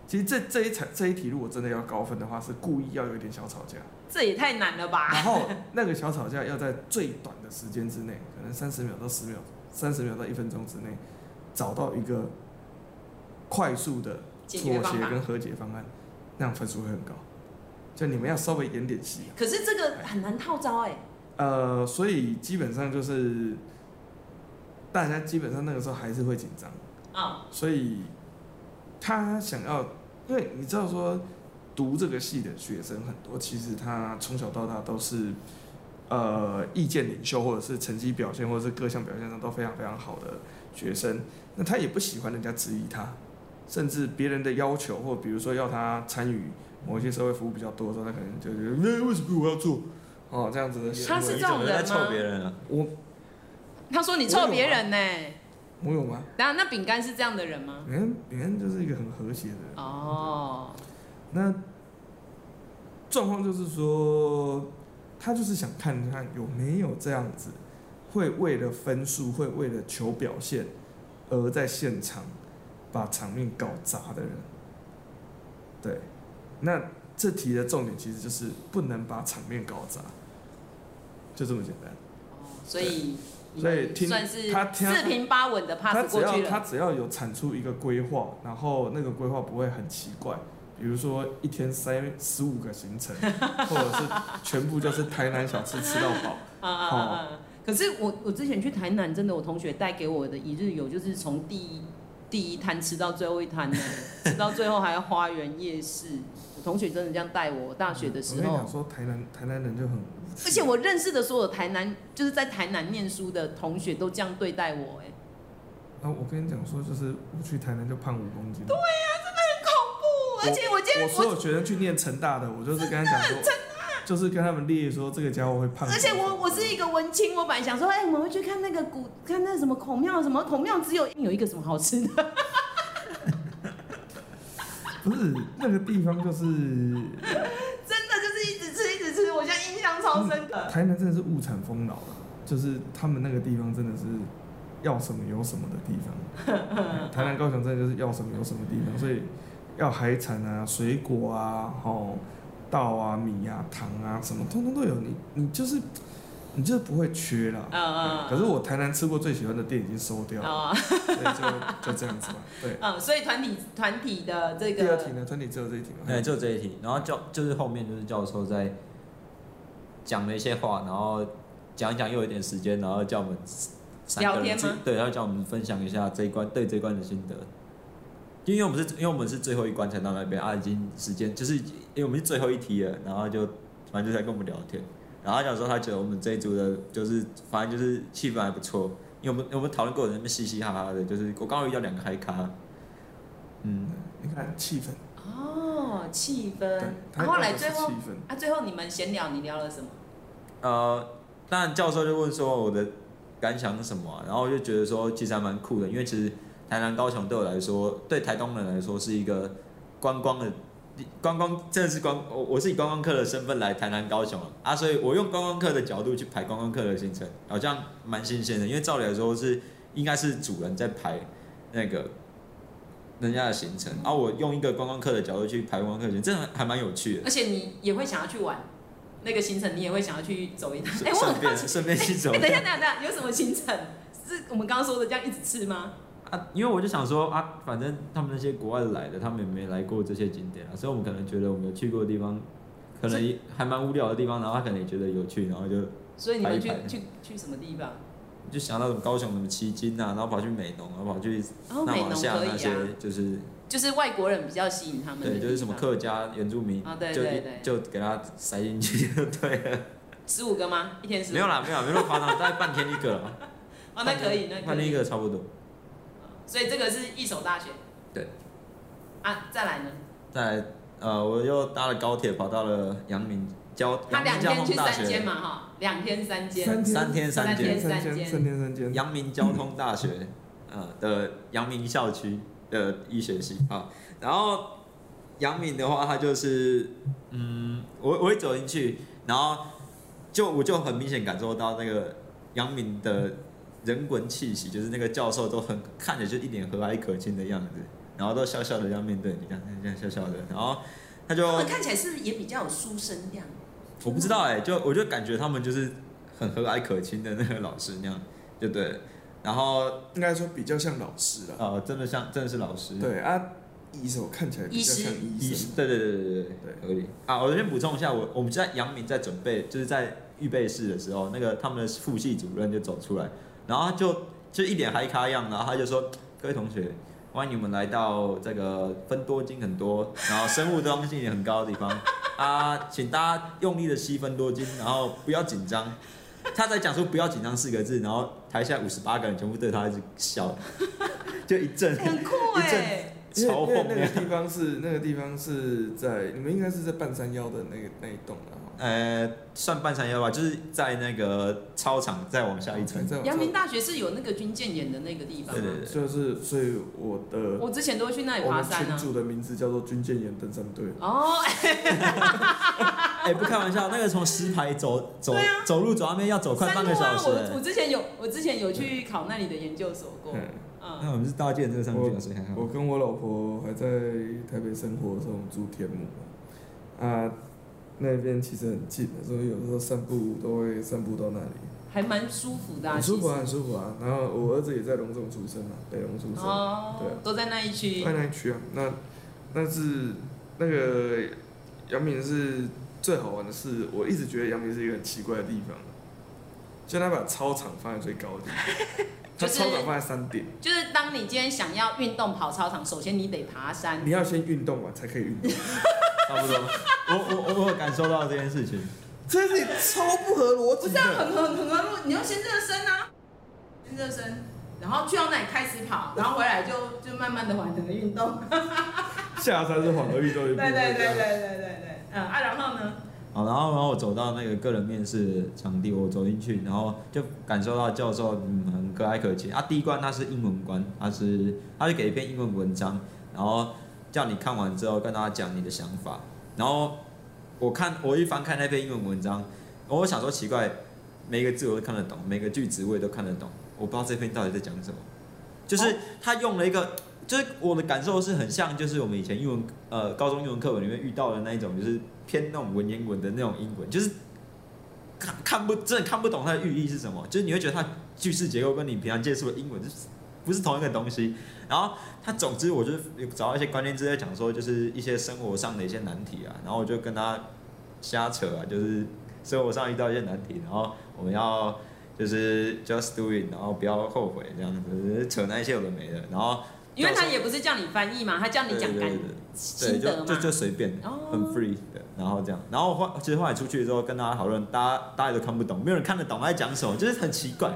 A: 其实这这一场这一题如果真的要高分的话，是故意要有一点小吵架，
B: 这也太难了吧？
A: 然后那个小吵架要在最短的时间之内，可能三十秒到十秒，三十秒到一分钟之内，找到一个快速的
B: 解
A: 妥
B: 决方
A: 协
B: 法。
A: 跟和解方案，那样分数会很高。就你们要稍微演点戏、啊，
B: 可是这个很难套招哎、
A: 呃，所以基本上就是大家基本上那个时候还是会紧张，
B: 啊、
A: 所以他想要，因为你知道说读这个系的学生很多，其实他从小到大都是呃意见领袖，或者是成绩表现，或者是各项表现上都非常非常好的学生，那他也不喜欢人家质疑他，甚至别人的要求，或比如说要他参与某一些社会服务比较多的时候，他可能就觉得，呃为为什么我要做？哦，这样子的行为，
B: 他是这种
C: 你怎么在
B: 人吗
C: 臭别人啊？
A: 我
B: 他说你
A: 啊
B: 臭别人呢、
A: 我有吗？
B: 然后那饼干是这样的人吗？
A: 别人嗯别人就是一个很和谐的人。
B: 哦，
A: 那状况就是说，他就是想看看有没有这样子，会为了分数，会为了求表现，而在现场把场面搞砸的人。对，那这题的重点其实就是不能把场面搞砸，就这么简单。
B: 所以你
A: 所以
B: 们
A: 听
B: 算是
A: 他听他
B: 四平八稳的
A: 他
B: pass
A: 只
B: 过
A: 要
B: 去
A: 他
B: 了。
A: 只要有产出一个规划，然后那个规划不会很奇怪，比如说一天塞十五个行程， 或者是全部就是台南小吃吃到饱。
B: 啊啊
A: 哦
B: 啊啊！啊可是我我之前去台南，真的我同学带给我的一日游，就是从第一第一摊吃到最后一摊呢， 吃到最后还有花园夜市。我同学真的这样带我，我 大学的
A: 嗯我
B: 时
A: 跟你
B: 候
A: 讲。说台南台南人就很无趣，
B: 而且我认识的所有台南，就是在台南念书的同学都这样对待我、哎，
A: 然后我跟你讲说，就是我去台南就胖五公斤。对，
B: 很恐怖。而且我今天
A: 我所有学生去念成大的，我就是跟他讲说，就是跟他们列说这个家伙会胖。
B: 啊而且我我是一个文青，我本来想说，哎、我们会去看那个古，看那什么孔庙，什么孔庙只有有一个什么好吃的，
A: 不是那个地方就是
B: 真的就是一直吃一直吃，我现在印象超深刻。
A: 台南真的是物产丰饶，啊就是他们那个地方真的是要什么有什么的地方。 嗯台南、高雄真的就是要什么有什么地方，所以要海产啊、水果啊、吼稻啊、米啊、糖啊，什么通通都有。你你就是你就是不会缺啦。
B: 嗯
A: 可是我台南吃过最喜欢的店已经收掉了，
B: 啊
A: 所以就就这样子 吧。对，
B: 嗯，所以团体团体的这
A: 第二题
B: 个，
A: 呢，团体只有这一题
C: 哎，
A: 嘛。
C: 就这一题，然后教就是后面就是教授在讲了一些话，然后讲一讲又有一点时间，然后叫我们三个
B: 聊天
C: 人
B: 吗
C: 自己对，然后叫我们分享一下这一关对这一关的心得。因为我们是，因为我们是最后一关才到那边啊，已经时间就是因为我们是最后一题了，然后就反正就在跟我们聊天，然后他讲说他觉得我们这一组的，就是反正就是气氛还不错，因为我们我们讨论过程那边嘻嘻哈哈的，就是我刚好遇到两个嗨咖，嗯，
A: 你看气氛，
B: 哦，气氛
A: 对，，
B: 然
A: 台
B: 后后来
A: 南就是
B: 最后
A: 气氛。
B: 啊，最后你们闲聊，你聊了什么？
C: 呃，当然教授就问说我的感想是什么啊、然后我就觉得说其实还蛮酷的，因为其实台南、高雄对我来说，对台东人来说是一个观光的观光，真的是观我我是以观光客的身份来台南、高雄啊啊，所以我用观光客的角度去排观光客的行程，好像蛮新鲜的，因为照理来说是应该是主人在排那个人家的行程，啊，我用一个观光客的角度去排观光客行程，真的还蛮有趣的。
B: 而且你也会想要去玩那个行程，你也会想要去走一趟。哎、
C: 顺
B: 我很
C: 顺
B: 好
C: 便
B: 奇，
C: 顺便 去走
B: 哎、等一下，等一下，等一下，有什么行程是我们刚刚说的这样一直吃吗？
C: 啊，因为我就想说啊，反正他们那些国外来的，他们也没来过这些景点啊，所以我们可能觉得我们有去过的地方，可能也还蛮无聊的地方，然后他可能也觉得有趣，然后就
B: 所以你们去
C: 排一排
B: 去去什么地方？
C: 就想到什么高雄什么七金啊，然后跑去美浓，然后跑去
B: 然后
C: 那
B: 美
C: 往
B: 浓
C: 下
B: 哦可
C: 那
B: 以啊
C: 些，就是
B: 就是外国人比较吸引他们的地
C: 对，
B: 方。
C: 就是什么客家原住民
B: 啊对
C: 就
B: 对对
C: 就给他塞进去 就对了，
B: 十五个吗？一天十五？
C: 没有啦，没有啦没有那么夸张，大概半天一个啦，
B: 哦，那可以，那
C: 半
B: 可
C: 天一
B: 以。
C: 个差不多。
B: 所以这个是一手大学。
C: 对。
B: 啊，再来呢？
C: 再来，呃，我又搭了高铁跑到了阳明交
B: 他两
C: 阳明交
B: 天去
C: 通大
B: 三
C: 学
B: 间。嘛，哈，两天三间。
A: 三
C: 三哦天三
B: 间
C: 间，
A: 三间三天三间，
C: 阳明交通大学，呃的阳明校区的医学系啊。然后阳明的话，它就是，嗯，我我会走进去，然后就我就很明显感受到那个阳明的人文气息，就是那个教授都很看着就一脸和蔼可亲的样子，然后都笑笑的要面对你，这样这样笑笑的，然后他就
D: 他们看起来是不是也比较有书生样？
C: 我不知道哎、就我就感觉他们就是很和蔼可亲的那个老师那样，就对了。然后
A: 应该说比较像老师了。
C: 呃，真的像真的是老师，
A: 对啊，医手看起来比较像
C: 医
A: 医
C: 师
A: 生，，
C: 对对对对对对
A: 对
C: 合理啊。我先补充一下，我我们在阳明在准备就是在预备室的时候，那个他们的副系主任就走出来，然后他就就一脸嗨咖样，然后他就说：“各位同学。”欢迎你们来到这个分多精很多，然后生物多样性也很高的地方啊，请大家用力的吸分多精，然后不要紧张。他在讲出“不要紧张”四个字，然后台下五十八个人全部对他一直笑，就一阵
B: 很酷哎、
C: 一
A: 因
C: 阵
A: 为
C: 嘲
A: 因为
C: 讽
A: 那个地方是那个地方是在你们应该是在半山腰的那个那一栋啊了哈。
C: 呃，算半山腰吧，就是在那个操场再往下一层。
A: 在我
B: 阳明大学是有那个军舰演的那个地方吗？
C: 对对对，
A: 就是所以我的
B: 我之前都会去那里
A: 我
B: 爬
A: 们
B: 山
A: 群
B: 啊。
A: 组的名字叫做军舰岩登山队。
B: 哦，哎
C: 哎、不开玩笑，那个从石牌走走、
B: 对啊
C: 走路走到那边要走快
B: 山
C: 半
B: 路
C: 个小
B: 啊，
C: 时、
B: 我我
C: 哎
B: 之前有我之前有去考那里的研究所过。
A: 嗯，
C: 那
B: 嗯，
C: 我们是搭建这个上去了，所以还
A: 我
C: 好。
A: 跟我老婆还在台北生活的时候，我们住天母啊，那边其实很近的，所以有时候散步都会散步到那里，
B: 还蛮舒服的、啊，
A: 很舒服啊，很
B: 其实
A: 舒服啊。然后我儿子也在龙总出生啊，北龙出生。对
B: 哦
A: 啊，
B: 都在那一区
A: 快。那区啊，那那是那个阳明是最好玩的是，我一直觉得阳明是一个很奇怪的地方，啊就他把操场放在最高的 地方，他
B: 就是
A: 操场放在山顶，
B: 就是当你今天想要运动跑操场，首先你得爬山。
A: 你要先运动完才可以 运动，
C: 差不多， 我我我有感受到这件事情。
A: 这是超不合逻辑
D: 不是啊，
A: 的。
D: 很很很合你要先热身啊，先热身，然后去到那里开始跑，然后回来就就慢慢的缓和运动。
A: 下山是缓和运动
D: 对
A: 的一
D: 对
A: 部分，
D: 对对
A: 这样
D: 对对对，嗯啊，然后呢？
C: 好，然后然后我走到那个个人面试场地，我走进去，然后就感受到教授嗯很和蔼可亲啊。第一关他是英文关，他是他就给一篇英文文章，然后叫你看完之后跟他讲你的想法。然后我看我一翻开那篇英文文章，我想说奇怪，每一个字我都看得懂，每个句子我也都看得懂，我不知道这篇到底在讲什么。就是他用了一个，就是我的感受是很像，就是我们以前英文呃高中英文课本里面遇到的那一种，就是偏那种文言文的那种英文，就是看看不真的看不懂它的寓意是什么，就是你会觉得它句式结构跟你平常接触的英文就是不是同一个东西。然后他总之我就是有找到一些关键字在讲说，就是一些生活上的一些难题啊，然后我就跟他瞎扯啊，就是生活上遇到一些难题，然后我们要就是 just do it，然后不要后悔这样子，扯那一些有的没的，然后
B: 因为他也不是叫你翻译嘛，他叫你讲感
C: 对，
B: 心
C: 就
B: 得
C: 就
B: 嘛。
C: 就随便，
B: 哦
C: 很 free 的，然后这样，然后后其实后来出去之后跟大家讨论，大家大家都看不懂，没有人看得懂他在讲什么，就是很奇怪。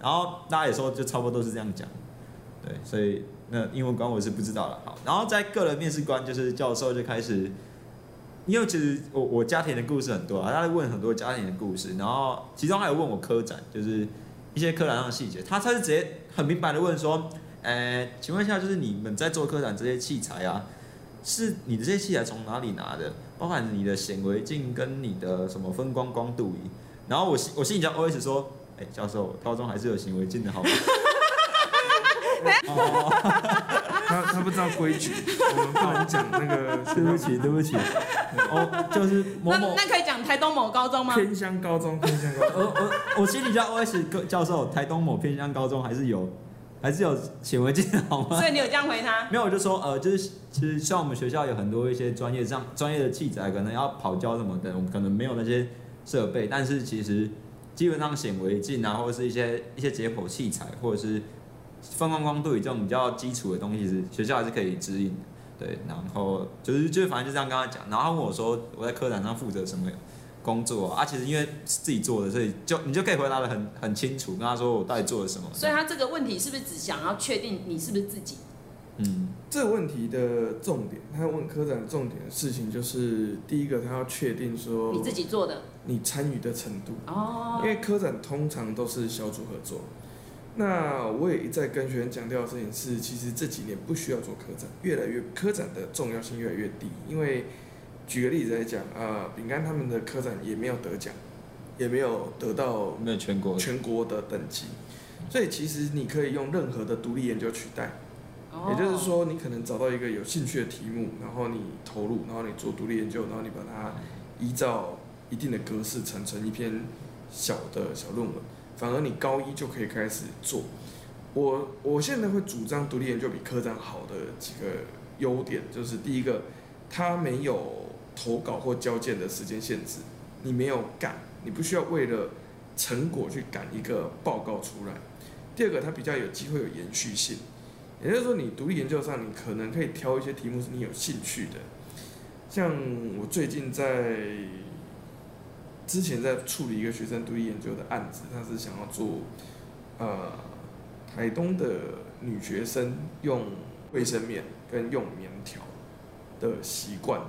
C: 然后大家也说就差不多都是这样讲，对，所以那英文官我是不知道了。好，然后在个人面试官就是教授就开始，因为其实我我家庭的故事很多啊，他在问很多家庭的故事，然后其中还有问我科展，就是一些科展上的细节，他他是直接很明白的问说，呃，请问一下，就是你们在做科展这些器材啊，是你的这些器材从哪里拿的？包含你的显微镜跟你的什么分光光度仪。然后我心我心里就 OS 说，哎、教授，高中还是有显微镜的好吗？哦，
A: 他他不知道规矩，我们不能讲那
C: 对不
A: 个
C: 起，对不起，哦，就是某
D: 那
C: 某，
D: 那可以讲台东某高中吗？
A: 偏乡高中，偏乡高中。
C: 我我我心理教 OS 教授，台东某偏乡高中还是有，还是有显微镜的好吗？
D: 所以你有这样回他？
C: 没有，我就说呃，就是其实像我们学校有很多一些专业上专业的器材，可能要跑焦什么的，我们可能没有那些设备，但是其实基本上显微镜啊，或者是一些一些解剖器材，或者是泛光光度仪这种比较基础的东西是，学校还是可以指引的。对，然后就是就是反正就这样跟他讲，然后他问我说我在科展上负责什么工作啊？啊其实因为是自己做的，所以就你就可以回答的很很清楚，跟他说我到底做了什么。
D: 所以他这个问题是不是只想要确定你是不是自己？
C: 嗯，
A: 这个问题的重点，他问科长重点的事情就是，第一个他要确定
C: 哦
A: 说
D: 你自己做的
A: 你参与的程度，
D: 哦
A: 因为科展通常都是小组合作。那我也一再跟学员强调的事情是，其实这几年不需要做科展，越来越科展的重要性越来越低。因为举个例子来讲，啊、饼干他们的科展也没有得奖，也没有得到
C: 没有全国
A: 全国的等级，所以其实你可以用任何的独立研究取代。
D: 哦
A: 也就是，说，你可能找到一个有兴趣的题目，然后你投入，然后你做独立研究，然后你把它依照一定的格式产成一篇小的小论文，反而你高一就可以开始做。我我现在会主张独立研究比科长好的几个优点，就是第一个，它没有投稿或交件的时间限制，你没有赶，你不需要为了成果去赶一个报告出来。第二个，它比较有机会有延续性。也就是说，你独立研究上，你可能可以挑一些题目是你有兴趣的。像我最近在之前在处理一个学生独立研究的案子，他是想要做呃台东的女学生用卫生棉跟用棉条的习惯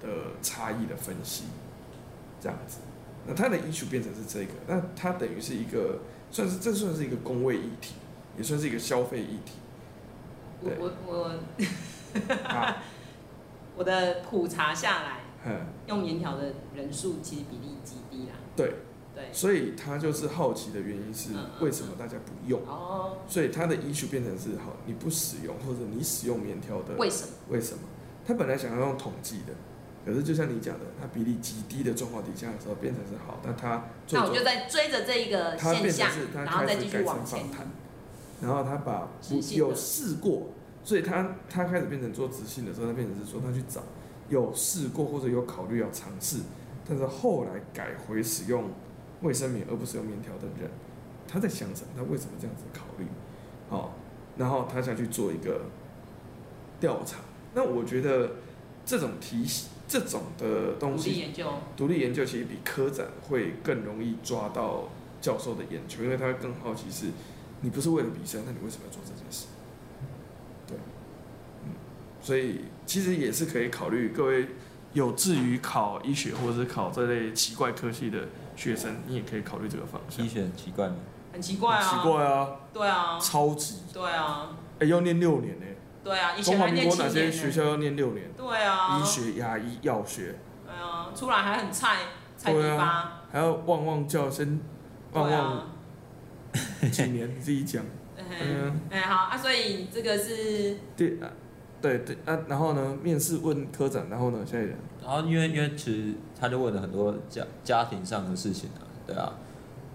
A: 的差异的分析，这样子。那他的 issue 变成是这个，那它等于是一个算是这算是一个工位议题，也算是一个消费议题。
D: 我
A: 对
D: 我我
A: 啊，
D: 我的普查下来，
A: 嗯，
D: 用棉条的人数其实比例极低啦。
A: 对，
D: 对，
A: 所以他就是好奇的原因是
D: 嗯嗯
A: 为什么大家不用，
D: 哦，
A: 所以他的 issue 变成是好，你不使用或者你使用棉条的
D: 为什么？
A: 为什么？他本来想要用统计的，可是就像你讲的，他比例极低的状况底下的时候变成是好，那他最
D: 那我
A: 终
D: 就在追着这一个
A: 他
D: 现
A: 变成
D: 象
A: 是，他
D: 然后
A: 开
D: 再
A: 始
D: 继
A: 改
D: 续
A: 成
D: 往前
A: 访谈，然后他把不
D: 直性的
A: 有试过，所以他他开始变成做直性的时候，他变成是说他去找有试过或者有考虑要尝试，但是后来改回使用卫生棉而不是用棉条的人，他在想什么？他为什么这样子考虑？好、然后他想去做一个调查。那我觉得这种提这种的
D: 努
A: 东西
D: 力研究。
A: 独立研究其实比科展会更容易抓到教授的眼球，因为他会更好奇是，你不是为了比赛，那你为什么要做这件事？对，嗯，所以其实也是可以考虑各位有志于考医学或者是考这类奇怪科系的学生，你也可以考虑这个方向
C: 医。学很奇怪吗？
D: 很奇怪啊，
A: 很奇，怪啊，
D: 对啊，
A: 超级，
D: 对啊，
A: 哎、要念六年呢、
D: 对啊，以
A: 中
D: 前
A: 华
D: 还
A: 民
D: 念
A: 国
D: 七
A: 哪些
D: 年
A: 学
D: 呢，
A: 校要念六年？
D: 对啊，
A: 医，学、牙医、药学，
D: 对啊，出来还很菜，菜
A: 对
D: 第
A: 啊
D: 八，
A: 还要旺旺叫先旺
D: 对
A: 旺
D: 啊，
A: 几年，你自己讲。
D: 哎
A: 嗯，
D: 哎好啊，所以这个是
A: 对啊，对对啊，然后呢，面试问科长，然后呢，下一人，
C: 然后因为因为其实他就问了很多家家庭上的事情啊，对啊，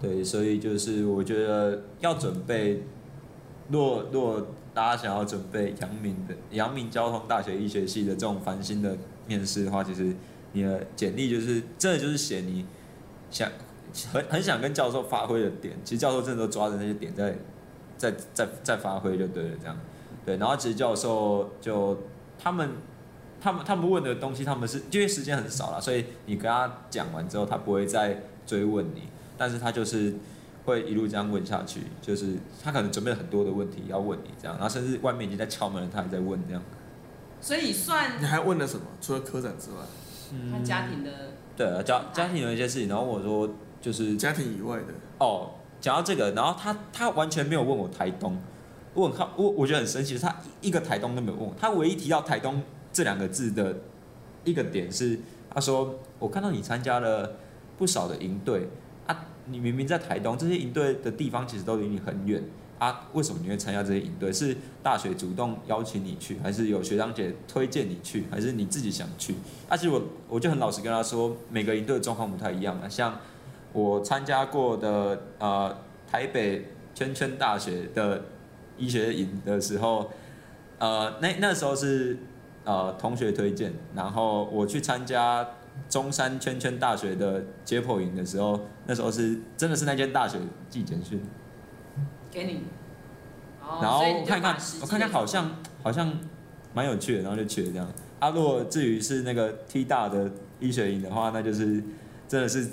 C: 对，所以就是我觉得要准备，若若大家想要准备阳明的阳明交通大学医学系的这种繁星的面试的话，其实你的简历就是真的就是写你想很很想跟教授发挥的点，其实教授真的都抓着那些点在在在在发挥就对了这样，对，然后其实教授就他们他们他们问的东西，他们是因为时间很少了，所以你跟他讲完之后，他不会再追问你，但是他就是会一路这样问下去，就是他可能准备了很多的问题要问你这样，然后甚至外面已经在敲门了，他还在问这样。
D: 所以算
A: 你还问了什么？除了科长之外，
D: 他
A: 嗯
D: 家庭的，
C: 对啊，家家庭有一些事情，然后我说就是
A: 家庭以外的，
C: 哦，讲到这个，然后他他完全没有问我台东，问他我我觉得很神奇，他一一个台东都没有问我，他唯一提到台东这两个字的一个点是，他说我看到你参加了不少的营队啊，你明明在台东，这些营队的地方其实都离你很远啊，为什么你会参加这些营队？是大学主动邀请你去，还是有学长姐推荐你去，还是你自己想去？啊，其实我我就很老实跟他说，每个营队的状况不太一样啊。像我参加过的呃台北圈圈大学的医学营的时候，呃，那那时候是呃同学推荐，然后我去参加中山圈圈大学的解剖营的时候，那时候是真的是那间大学寄简讯，
D: 给你。哦
B: 哦
C: 然
D: 然
C: 后我看看，我看看好像好像蛮有趣的，然后就去了这样。啊，如果至于是那个 T 大的医学营的话，那就是真的是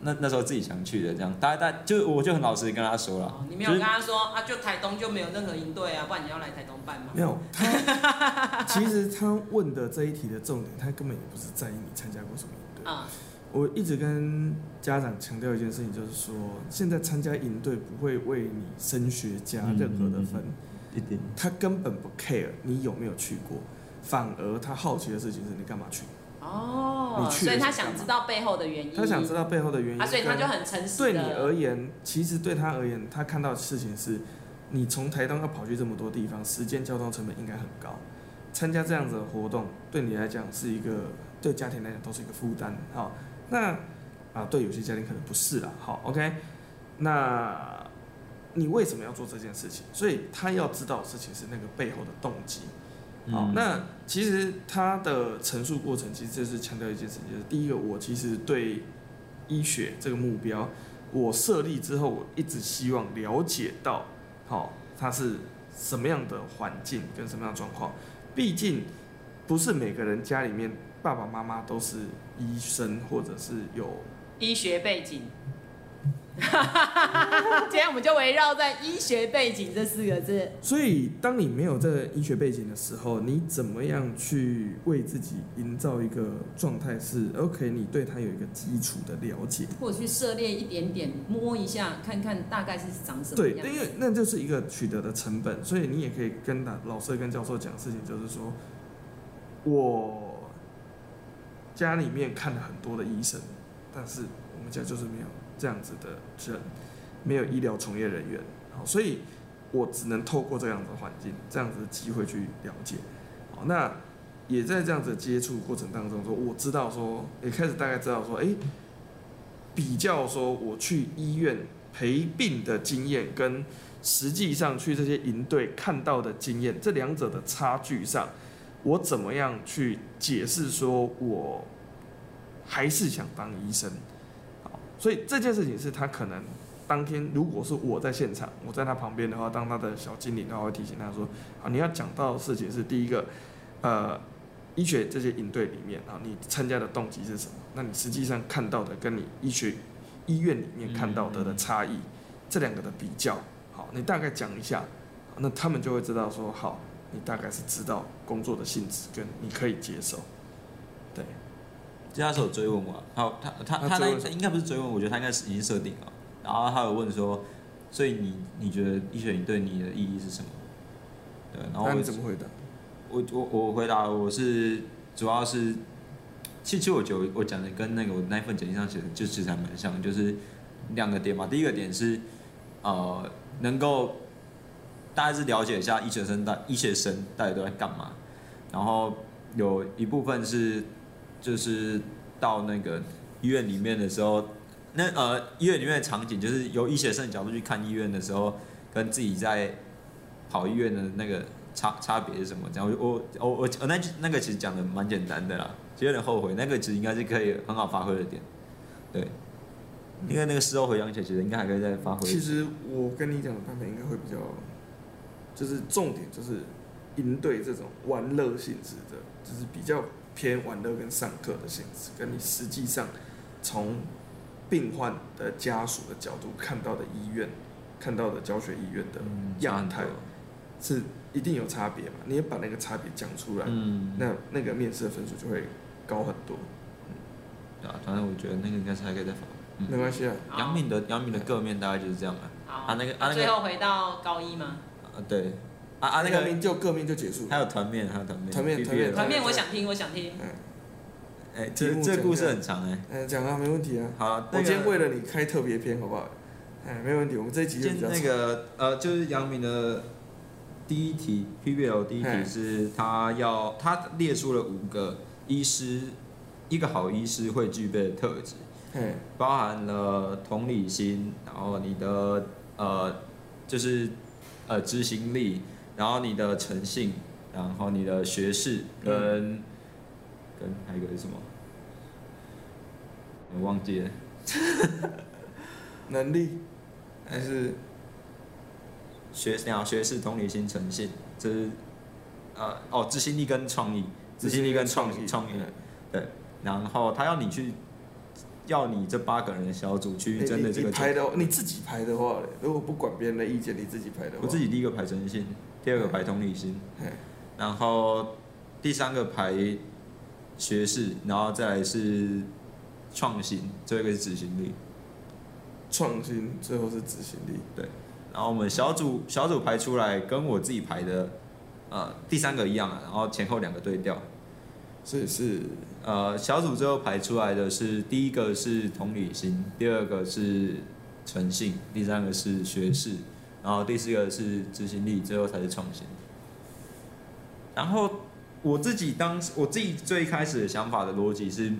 C: 那那时候自己想去的这样。大家大就我就很老实跟他
A: 啊
C: 说了
D: 哦，你没有
C: 就
D: 跟
C: 是
D: 他说啊，就台东就没有任何营队啊，不然你要来台东办吗
A: 没？有他，其实他问的这一题的重点，他根本也不是在意你参加过什么营队。
D: 啊，
A: 我一直跟家长强调一件事情，就是说，现在参加营队不会为你升学加任何的分，
C: 嗯一点
A: 他根本不 care 你有没有去过，反而他好奇的事情是你干嘛去，
D: 哦
A: 你，去
D: 所以
A: 了
D: 他
A: 是干
D: 想
A: 嘛
D: 知道背后的原因，
A: 他想知道背后的原因。
D: 嗯啊，所以他就很诚实。
A: 对你而，言，其实对他而言，他看到的事情是，你从台东要跑去这么多地方，时间交通成本应该很高。参加这样子的活动，对你来讲是一个，对家庭来讲都是一个负担。好、那啊，对有些家庭可能不是啦。好，OK，那你为什么要做这件事情？所以他要知道的事情是那个背后的动机。
C: 嗯
A: 好，那其实他的陈述过程其实就是强调一件事情，就是第一个，我其实对医学这个目标，我设立之后，我一直希望了解到，好、它是什么样的环境跟什么样的状况。毕竟不是每个人家里面爸爸妈妈都是医生，或者是有
D: 医学背景。 今天我们就围绕在医学背景这四个字。
A: 所以，当你没有这个医学背景的时候，你怎么样去为自己营造一个状态是 OK？你对它有一个基础的了解。
D: 或者去涉猎一点点，摸一下，看看大概是长什么
A: 对，
D: 样。
A: 因为那就是一个取得的成本，所以你也可以跟老老师跟教授讲事情，就是说，我家里面看了很多的医生，但是我们家就是没有这样子的人，没有医疗从业人员，好，所以我只能透过这样子的环境、这样子的机会去了解，好，那也在这样子的接触过程当中说，我知道说，也开始大概知道说，哎、比较说我去医院陪病的经验跟实际上去这些营队看到的经验，这两者的差距上，我怎么样去解释说我还是想当医生？好，所以这件事情是他可能当天如果是我在现场，我在他旁边的话，当他的小经理的话，我会提醒他说：啊，你要讲到的事情是第一个，呃，医学这些营队里面啊，你参加的动机是什么？那你实际上看到的跟你医学医院里面看到的的差异，这两个的比较，好，你大概讲一下，那他们就会知道说，好，你大概是知道工作的性质跟你可以接受，对，
C: 就他是有追问我啊，好，他他他
A: 他追
C: 那
A: 问什么
C: 应该不是追问，我觉得他应该是已经设定了。然后他有问说，所以你你觉得医学营对你的意义是什么？对，然后
A: 那
C: 我
A: 你怎么回答？
C: 我我我回答我是主要是，其实其实我觉得我讲的跟那个我那份简历上写的就其实还蛮像，就是两个点嘛。第一个点是，呃，能够大概是了解一下医学生到医学生到底都在干嘛，然后有一部分是就是到那个医院里面的时候，那呃医院里面的场景就是由医学生的角度去看医院的时候，跟自己在跑医院的那个差差别是什么？这样我我我我我那句那个其实讲的蛮简单的啦，其实有点后悔，那个其实应该是可以很好发挥的点，对，因为那个事后回想起来，其实应该还可以再发挥。
A: 其实我跟你讲的版本应该会比较，就是重点就是应对这种玩乐性质的，就是比较偏玩乐跟上课的性质，跟你实际上从病患的家属的角度看到的医院、看到的教学医院的
C: 嗯
A: 样态是一定有差别嘛？你也把那个差别讲出来，
C: 嗯，
A: 那那个面试的分数就会高很多。
C: 对啊，反正我觉得那个应该是还可以再发挥。嗯
A: 没关系啊，
D: 好
C: 杨敏的杨敏的各面大概就是这样啊。
D: 好，
C: 啊那个啊那个
D: 最后回到高一吗？
C: 啊，对，啊啊那
A: 各
C: 个
A: 面就各面就结束了
C: 还。有团面，还有团面，
A: 团面
C: BBL
A: 团面
D: 团面我想听，我想听。
A: 嗯
C: 哎，
A: 题
C: 这
A: 目
C: 这
A: 整
C: 故事
A: 个
C: 很长哎。
A: 嗯，讲啊，没问题啊。
C: 好，那
A: 我
C: 个
A: 今天为了你开特别篇，好不好？哎，没问题，我们这一集就
C: 今
A: 比较
C: 那
A: 长
C: 个呃，就是杨明的第一题 PBL 第一题
A: 嗯
C: 是他要他列出了五个医师，一个好医师会具备的特质，
A: 哎，
C: 包含了同理心，然后你的呃就是呃执行力，然后你的诚信，然后你的学识跟、跟还有一个是什么？我忘记了。
A: 能力还是
C: 学两学士同理心、诚信，这是呃哦执行力跟创意，执行力跟创创
A: 哎
C: 意。然后他要你去，要你这八个人的小组
A: 你
C: 去针对这
A: 你
C: 个
A: 你
C: 主
A: 排的话，你自己排的话嘞，如果不管别人的意见，你自己排的话，
C: 我自己第一个排诚信，第二个排同理心
A: 嗯，
C: 然后第三个排学士，然后再来是创新，最后一个是执行力。
A: 创新，最后是执行力。
C: 然后我们小组小组排出来跟我自己排的，呃，第三个一样啊，然后前后两个对调。
A: 所以是
C: 呃，小组最后排出来的是第一个是同理心，第二个是诚信，第三个是学识，然后第四个是执行力，最后才是创新。然后我自己当时我自己最开始的想法的逻辑是，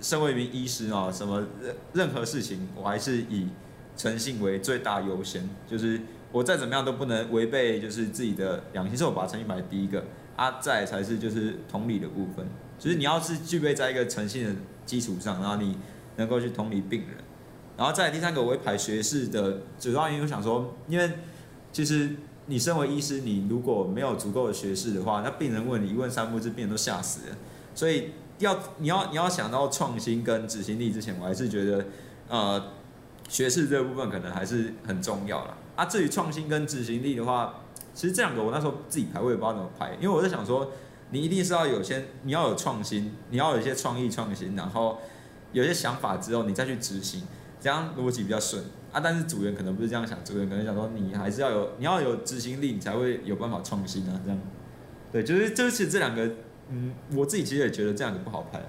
C: 身为一名医师啊，什么任任何事情我还是以诚信为最大优先，就是我再怎么样都不能违背就是自己的良心，所以我把诚信摆在第一个啊，再来才是就是同理的部分，就是你要是具备在一个诚信的基础上，然后你能够去同理病人，然后再来第三个我会排学士的，主要因为我想说，因为其实。你身为医师，你如果没有足够的学识的话，那病人问你一问三不知，病人都吓死了。所以要你要你要想到创新跟执行力之前，我还是觉得，呃，学士这部分可能还是很重要啦。啊，至于创新跟执行力的话，其实这两个我那时候自己排我也不知道怎么排，因为我在想说，你一定是要有些你要有创新，你要有一些创意创新，然后有些想法之后你再去执行，这样逻辑比较顺啊。但是组员可能不是这样想，组员可能想说你还是要有你要有执行力，你才会有办法创新啊，这样。对，就是就是这两个，嗯，我自己其实也觉得这两个不好排啊。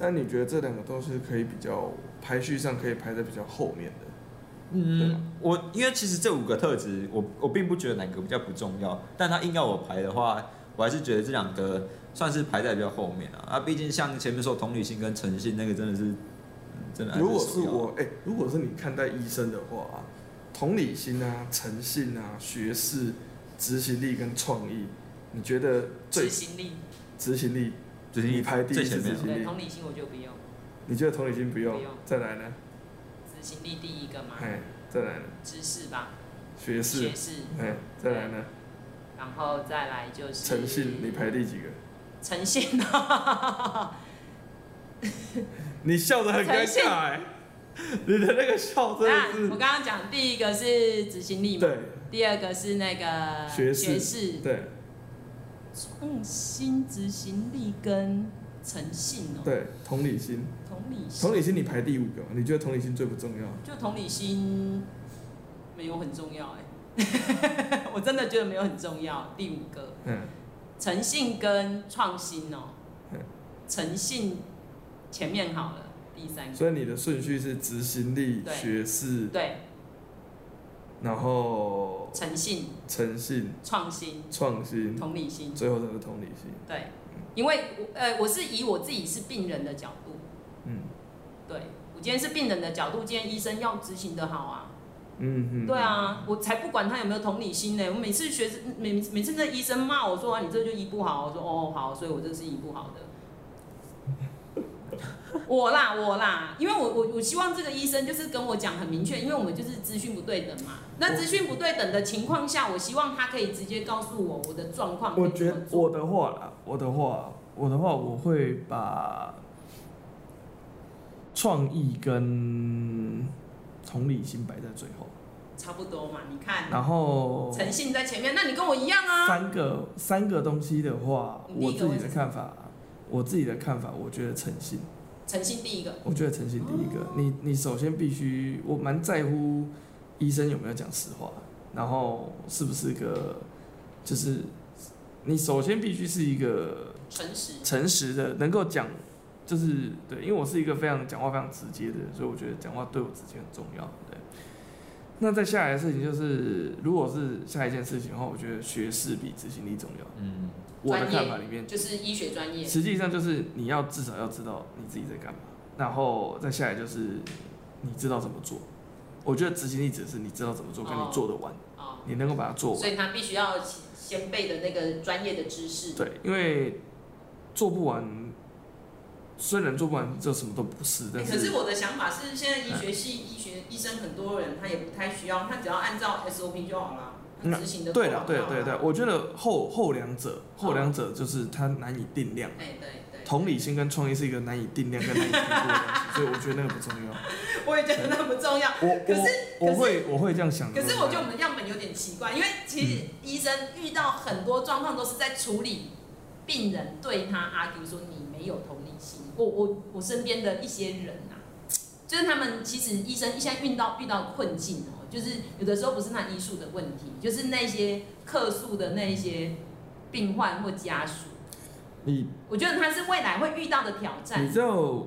A: 但你觉得这两个都是可以比较排序上可以排在比较后面的，对吗
C: 嗯，我因为其实这五个特质，我我并不觉得哪个比较不重要，但他硬要我排的话，我还是觉得这两个算是排在比较后面啊。啊，毕竟像前面说同理心跟诚信那个真的是，嗯真的还
A: 如果是
C: 首要
A: 我，哎、如果是你看待医生的话、啊，同理心啊、诚信啊、学识、执行力跟创意，你觉得最
B: 执行力，
A: 执行力？
C: 就是
A: 你排第一
C: 最
A: 是
C: 前面
A: 自
C: 啊
A: 己
B: 对，同理心我就不用，
A: 你觉得同理心不用？
B: 不用
A: 再来呢？
B: 执行力第一个嘛，
A: 哎，再来呢？
B: 知识吧，
A: 学识
B: 学，识，
A: 哎，再来呢？
B: 然后再来就是
A: 诚信，你排第几个？
B: 呈现
D: 哦
B: 啊，
A: 你笑得很尴
B: 诚信
A: 尬、哎， 你的那个笑真
B: 那我
A: 的
B: 刚刚讲第一个是执行力
A: 是，
B: 嘛，
A: 对
B: 第二个是那个
A: 学士
B: 学士，
A: 对
B: 创新、执行力跟诚信哦、
A: 对，同理心，
B: 同理
A: 同
B: 心，
A: 理心你排第五个嘛，你觉得同理心最不重要？
B: 就同理心没有很重要哎、 我真的觉得没有很重要。第五个，
A: 嗯，
B: 诚信跟创新哦、
A: 嗯
B: 诚信前面好了，第三个，
A: 所以你的顺序是执行力、
B: 对
A: 学识，
B: 嗯对，
A: 然后
B: 诚信、
A: 诚信、
B: 创新、
A: 创新，
B: 同理心，
A: 最后才是同理心。
B: 对，因为我呃，我是以我自己是病人的角度，
A: 嗯
B: 对我今天是病人的角度，今天医生要执行的好啊，
A: 嗯嗯，
B: 对啊，我才不管他有没有同理心呢。我每次学每每次那医生骂我说啊，你这就医不好，我说哦好，所以我这是医不好的。 我啦我啦，因为我我我希望这个医生就是跟我讲很明确，因为我们就是资讯不对等嘛。那资讯不对等的情况下，我希望他可以直接告诉我我的状况可
A: 我
B: 以怎
A: 觉
B: 么
A: 得
B: 做。
A: 我的话啦，我的话，我的话，我会把创意跟同理心摆在最后，
B: 差不多嘛，你看
A: 然后
B: 诚信在前面，那你跟我一样啊。
A: 三个三个东西的话，
B: 你
A: 我
B: 第一个
A: 自己
B: 会
A: 的
B: 是
A: 看法，我自己的看法，我觉得诚信。
B: 诚信第一个，
A: 我觉得诚信第一个，你你首先必须，我蛮在乎医生有没有讲实话，然后是不是个，就是你首先必须是一个
B: 诚实，
A: 诚实的，能够讲就是对，因为我是一个非常讲话非常直接的人，所以我觉得讲话对我自己很重要。对，那再下来的事情就是，如果是下一件事情的话，我觉得学识比执行力重要。
C: 嗯，
A: 我的
B: 专业
A: 看法里面，
B: 就是医学专业，
A: 实际上就是你要至少要知道你自己在干嘛，然后再下来就是你知道怎么做。我觉得执行力只是你知道怎么做，跟你
B: 哦
A: 做得完，
B: 哦，
A: 你能够把它做完
B: 所。以他必须要先备的那个专业的知识。
A: 对，因为做不完，虽然做不完这什么都不是，但
B: 欸
A: 是
B: 可是我的想法是，现在医学系、医学医生很多人他也不太需要，他只要按照 SOP 就好了，他执行的啊
A: 对了，对了，对了对了，我觉得后后两者，后两者就是它难以定量。
B: 哎对对，
A: 同理心跟创意是一个难以定量跟难以评估的东 西，所以我觉得那个不重要。
B: 我也觉得那不重要。
A: 我
B: 可是
A: 我
B: 可
A: 我
B: 是
A: 会我会这样想的。
B: 可是我觉得我们的样本有点奇怪，因为其实医生遇到很多状况都是在处理病人对他 argue 说你没有同理心。我我我身边的一些人啊，就是他们其实医生现在遇到遇到困哦境哦，就是有的时候不是那医术的问题，就是那些客诉的那一些病患或家属，
A: 你
B: 我觉得他是未来会遇到的挑
A: 你
B: 战。
A: 知道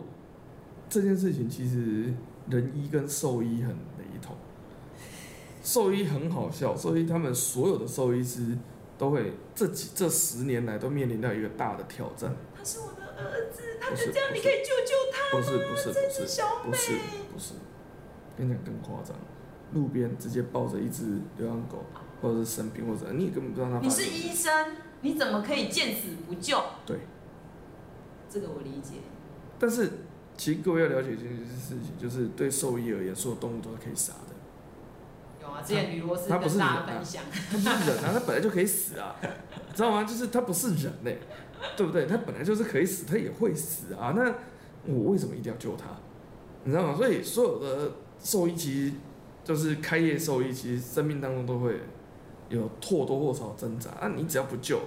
A: 这件事情其实人医跟兽医很雷同。兽医很好笑，兽医他们所有的兽医师都会这几这十年来都面临到一个大的挑战。
B: 他是我的儿子，他
A: 不是
B: 就这样，
A: 不
B: 你
A: 是
B: 可以救救他
A: 不是不是
B: 这
A: 不
B: 只
A: 是
B: 小
A: 不是不是，跟你讲更夸张，路边直接抱着一只流浪狗，或者是生病，或者你也根本不知道它
B: 你
A: 发
B: 是
A: 生什么
B: 医生，你怎么可以见死不救？
A: 对，
B: 这个我理解。
A: 但是其实各位要了解一件事情，就是对兽医而言，所有动物都是可以杀的，
B: 有啊，之前吕罗斯
A: 他不
B: 跟
A: 是
B: 大家
A: 人啊
B: 分享，
A: 它不是人啊，它本来就可以死啊，知道吗？就是它不是人嘞、对不对？它本来就是可以死，它也会死啊。那我为什么一定要救它？你知道吗？所以所有的兽医其实就是开业兽医，其实生命当中都会有或多或少的挣扎。那、你只要不救，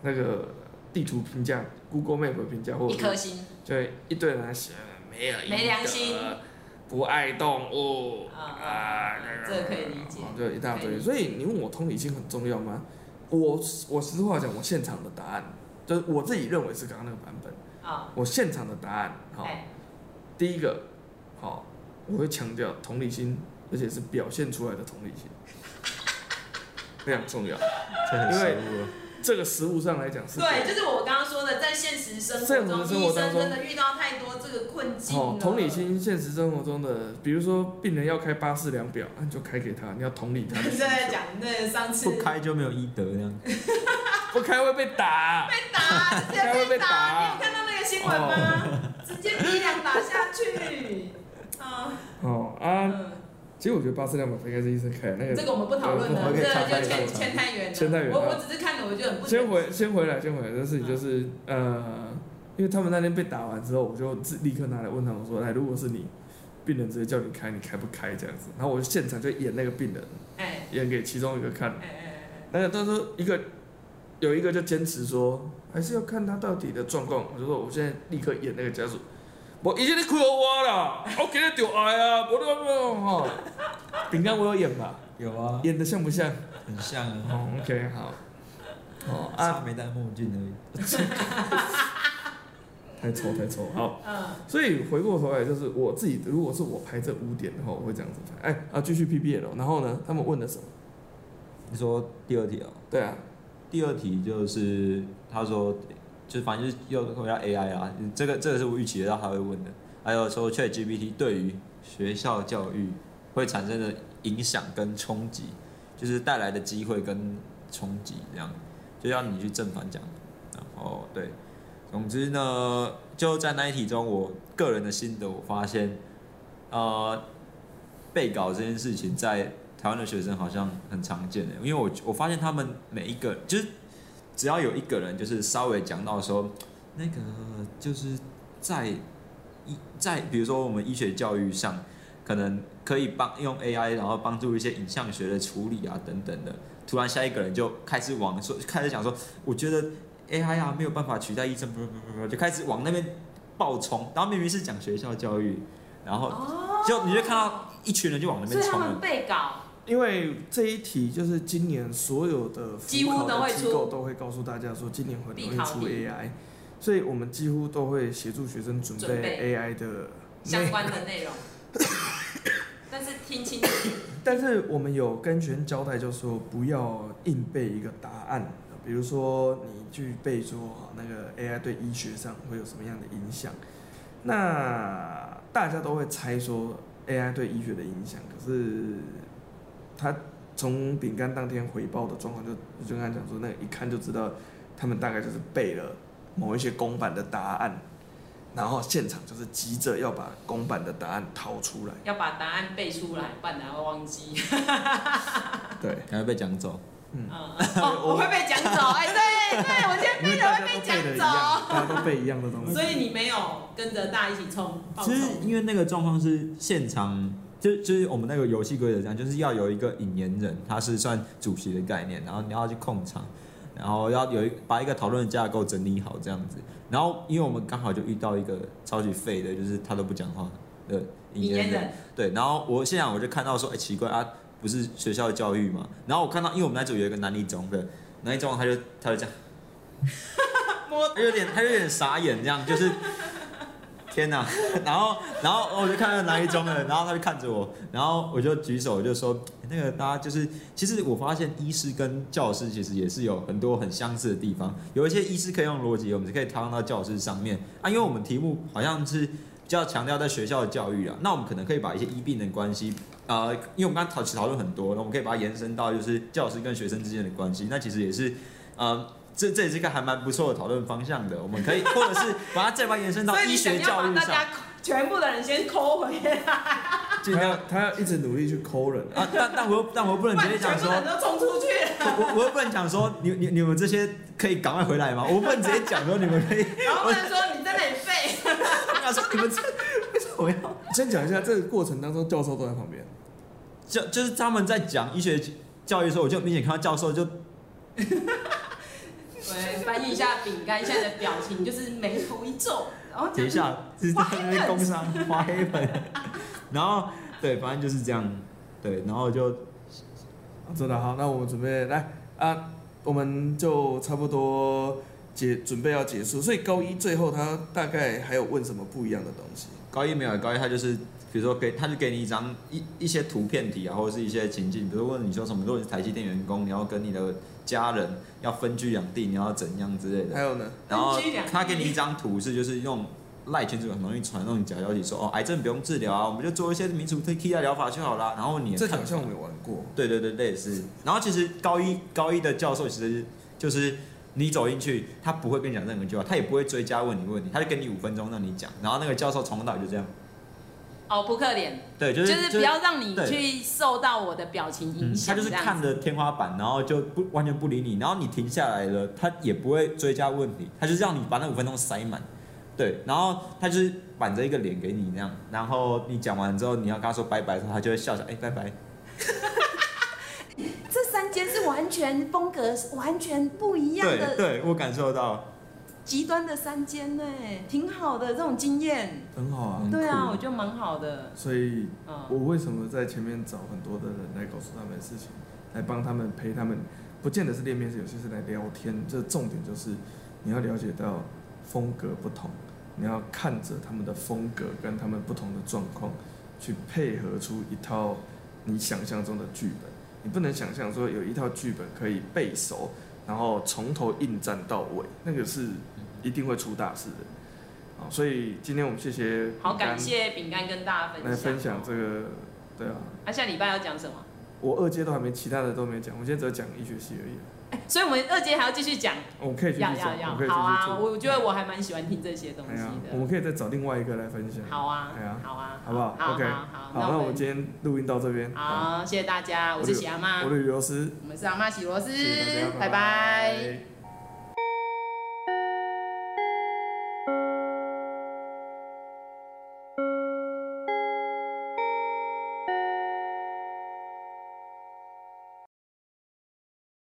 A: 那个地图评价、Google Map 的评价，或者
B: 一
A: 是
B: 颗心
A: 就一堆人来写没有医德
B: 没良心，
A: 不爱动物
B: 啊这个可以理解
A: 啊就一大
B: 可以
A: 堆。
B: 理解
A: 所以你问我同理心很重要吗？我我实话讲，我现场的答案就是我自己认为是刚刚那个版本，
B: 啊，
A: 我现场的答案好。
B: 哎，
A: 第一个，好，我会强调同理心，而且是表现出来的同理心，非常重要。
C: 这很深入了。
A: 这个实物上来讲是
B: 对，就是我刚刚说的，在现实生活
A: 在我
B: 中，
A: 们生活
B: 医生
A: 当中
B: 真的遇到太多这个困境
A: 哦
B: 了。，
A: 同理，心，现实生活中的，比如说病人要开巴氏量表，那你就开给他，你要同理他的需
B: 正
A: 求。
B: 在讲那个上次
C: 不开就没有医德那样。
A: 不开会被 打。
B: 被打，直
A: 他
B: 接
A: 会
B: 被
A: 被
B: 打，
A: 打哦
B: 你有看到那个新闻吗？直接鼻梁打下去，啊，
A: 哦啊，
B: 嗯。
A: 其实我觉得巴氏量表应该是医生开的，那
B: 这个我们不讨论了，
C: 我
B: 这
C: 可以岔
B: 个
C: 开
B: 就牵
C: 岔开
B: 牵太远了。
A: 牵太远
B: 我
A: 了
B: 我只是看了，我就很不
A: 先
B: 忍
A: 回先回来先回来，这事情就是呃，因为他们那天被打完之后，我就自立刻拿来问他们说，哎，如果是你，病人直接叫你开，你开不开这样子？然后我就现场就演那个病人，
B: 哎
A: 演给其中一个看
B: 哎，哎
A: 那个他说一个有一个就坚持说，还是要看他到底的状况。我就说我现在立刻演那个家属，我已经你亏我啦，我给你丢爱啊，我都没有哈。饼干我有演吧，
C: 有啊，
A: 演的像不像？
C: 很像啊。
A: 哦，OK，好，哦
C: 差
A: 啊，
C: 没戴墨镜而已。
A: 太丑太丑，好。
B: 哎嗯，
A: 所以回过头来，就是我自己，如果是我排这五点的话，我会这样子排。哎啊，继续 PBL，然后呢，他们问了什么？
C: 你说第二题哦。
A: 对啊，
C: 第二题就是他说，就反正就是又回到 AI 啊，这个这个是我预期得到他会问的。还有说 ChatGPT 对于学校教育会产生的影响跟冲击，就是带来的机会跟冲击，这样就要你去正反讲。然后对，总之呢，就在那一题中，我个人的心得，我发现，呃，被稿这件事情在台湾的学生好像很常见的，因为我我发现他们每一个就是只要有一个人就是稍微讲到说那个就是在医在比如说我们医学教育上，可能可以帮用 AI 然后帮助一些影像学的处理啊等等的，突然下一个人就开始往说开始讲说，我觉得 AI 啊没有办法取代医生，不不不不，就开始往那边爆冲，然后明明是讲学校教育，然后
B: 哦，
C: 就你就看到一群人就往那
B: 所
C: 边
B: 以他
C: 冲
B: 们
C: 了。
B: 被稿
A: 因为这一题就是今年所有的
B: 几乎
A: 辅考
B: 都
A: 的
B: 会
A: 机构
B: 出
A: 都会告诉大家说，今年很容
B: 必
A: 易
B: 考
A: 出
B: 题
A: AI，所以我们几乎都会协助学生准
D: 准备
A: 备 AI 的
D: 相
A: 内
D: 关的内容。 但是听清楚，
A: 但是我们有跟学生交代，就是说不要硬背一个答案，比如说你去背说啊那个 AI 对医学上会有什么样的影响，那大家都会猜说 AI 对医学的影响，可是他从饼干当天回报的状况就，就跟他讲说，那一看就知道他们大概就是背了某一些公版的答案，然后现场就是急着要把公版的答案掏出来，
D: 要把答案背出来，不然等下会忘记。
A: 对。
C: 感觉被讲走。
D: 嗯，哦，我会被讲 走，哎，对对，我今天
A: 因为
D: 背的
A: 大家
D: 会被
A: 都背的
D: 讲
A: 一
D: 走。
A: 样，大家都背一样的东西。
D: 所以你没有跟着大家一起冲报仇
C: 其，实因为那个状况是现场，就就是我们那个游戏规则这样，就是要有一个引言人，他是算主席的概念，然后你要去控场，然后要有一把一个讨论的架构整理好这样子。然后因为我们刚好就遇到一个超级废的，就是他都不讲话的
D: 你
C: 引
D: 也
C: 言人，
D: 忍，
C: 对，然后我现场我就看到说，哎、奇怪啊，不是学校的教育嘛？然后我看到，因为我们那组有一个南理中的，南理中他就他就这样，
D: 摸
C: 他有点他有点傻眼，这样就是，天哪！然后然后我就看到南理中的，然后他就看着我，然后我就举手我就说，那个大家就是，其实我发现医师跟教师其实也是有很多很相似的地方，有一些医师可以用逻辑，我们是可以套用到教师上面啊，因为我们题目好像是。比较强调在学校的教育啊，那我们可能可以把一些医病的关系呃，因为我们刚刚讨讨论很多，啊那我们可以把它延伸到就是教师跟学生之间的关系，那其实也是，呃，这这也是一个还蛮不错的讨论方向的。我们可以 或者是把它再把它延伸到
D: 所以
C: 医
D: 你想
C: 学
D: 要
C: 教
D: 把
C: 育
D: 大
C: 上，
D: 家全部的人先抠回来，
C: 尽量啊，
A: 他要一直努力去抠人啊，
C: 但但我又但我又不
D: 不
C: 能直接
D: 然
C: 讲
D: 全部
C: 说
D: 的，人都冲 出去了，
C: 我我又不能讲说你你你们这些可以赶快回来吗？我不能直接讲说你们可以，
D: 然后不能说你在那里废，
C: 我想说你们这为什么要
A: 先讲一下这个过程当中，教授都在旁边，
C: 就就是他们在讲医学教育的时候，我就明显看到教授就
D: 对，翻译一下饼干现在的表情，就是眉头一皱，然后
C: 等一
D: 这样
C: 下，是在那边工商花黑粉，然后对，反正就是这样，对，然后就
A: 啊真的好，那我们准备来啊，我们就差不多结准备要结束，所以高一最后他大概还有问什么不一样的东西，
C: 高一没有，高一他就是比如说给他就给你一张一一些图片题啊，或者是一些情境，比如问你说什么，如果你是台积电员工，你要跟你的家人要分居两地，你要怎样之类的
A: 还，有呢，
C: 然后
D: 分居两地
C: 他给你一张图是就是用。赖群主很容易传那种假消息，说哦癌症不用治疗啊，我们就做一些民俗推替代疗法就好啦。然后你
A: 这
C: 看
A: 好像我们有玩过，
C: 对对对，类似。然后其实高一高一的教授其实就是你走进去，他不会跟你讲任何一句话，他也不会追加问你问题，他就给你五分钟让你讲。然后那个教授从头到尾就这样，
D: 哦，扑克脸，
C: 对，就
D: 就是是不要让你
C: 对
D: 去受到我的表情影
C: 嗯他
D: 响，
C: 就是
D: 这样
C: 看着天花板，然后就不完全不理你，然后你停下来了，他也不会追加问题，他就是让你把那五分钟塞满，对，然后他就是板着一个脸给你那样，然后你讲完之后，你要跟他说拜拜的时候，他就会笑笑，哎、拜拜，
B: 这三间是完全风格完全不一样
C: 对
B: 的
C: 对，我感受到，
B: 极端的三间呢，挺好的这种经验。
A: 很好啊
C: 嗯。
D: 对啊，
C: 酷
D: 我觉得蛮好的，
A: 所以
D: 嗯，
A: 我为什么在前面找很多的人来告诉他们事情，来帮他们陪他们，不见得是练面试，有些是来聊天。这重点就是你要了解到风格不同，你要看着他们的风格跟他们不同的状况，去配合出一套你想象中的剧本。你不能想象说有一套剧本可以背熟，然后从头硬战到尾，那个是一定会出大事的。好，所以今天我们谢谢
D: 好
A: 饼干
D: 感谢饼干跟大家分享，哦
A: 来分享这个，对啊，
D: 那下礼拜要讲什么？
A: 我二阶都还没，其他的都没讲，我今天只有讲医学系而已。啊哦
D: 哎，所以我们二阶还要继续讲，
A: 我可以继续
D: 要
A: 讲，
D: 要
A: 我可以
D: 要，
A: 继
D: 好
A: 续
D: 啊，
A: 做。
D: 我觉得我还蛮喜欢听这些东
A: 哎
D: 西
A: 呀，我
D: 的，
A: 们可以再找另外一个来分享。，
D: 好啊
A: 哎呀，
D: 好啊，
A: 好不好
D: 好
A: OK
D: 好好，
A: 那我们今天录音到这边。
D: 好，谢谢大家，我是喜阿妈
A: 我，的旅游师，
D: 我们是阿妈喜罗斯
A: 谢谢大家，，
D: 拜拜。
A: 拜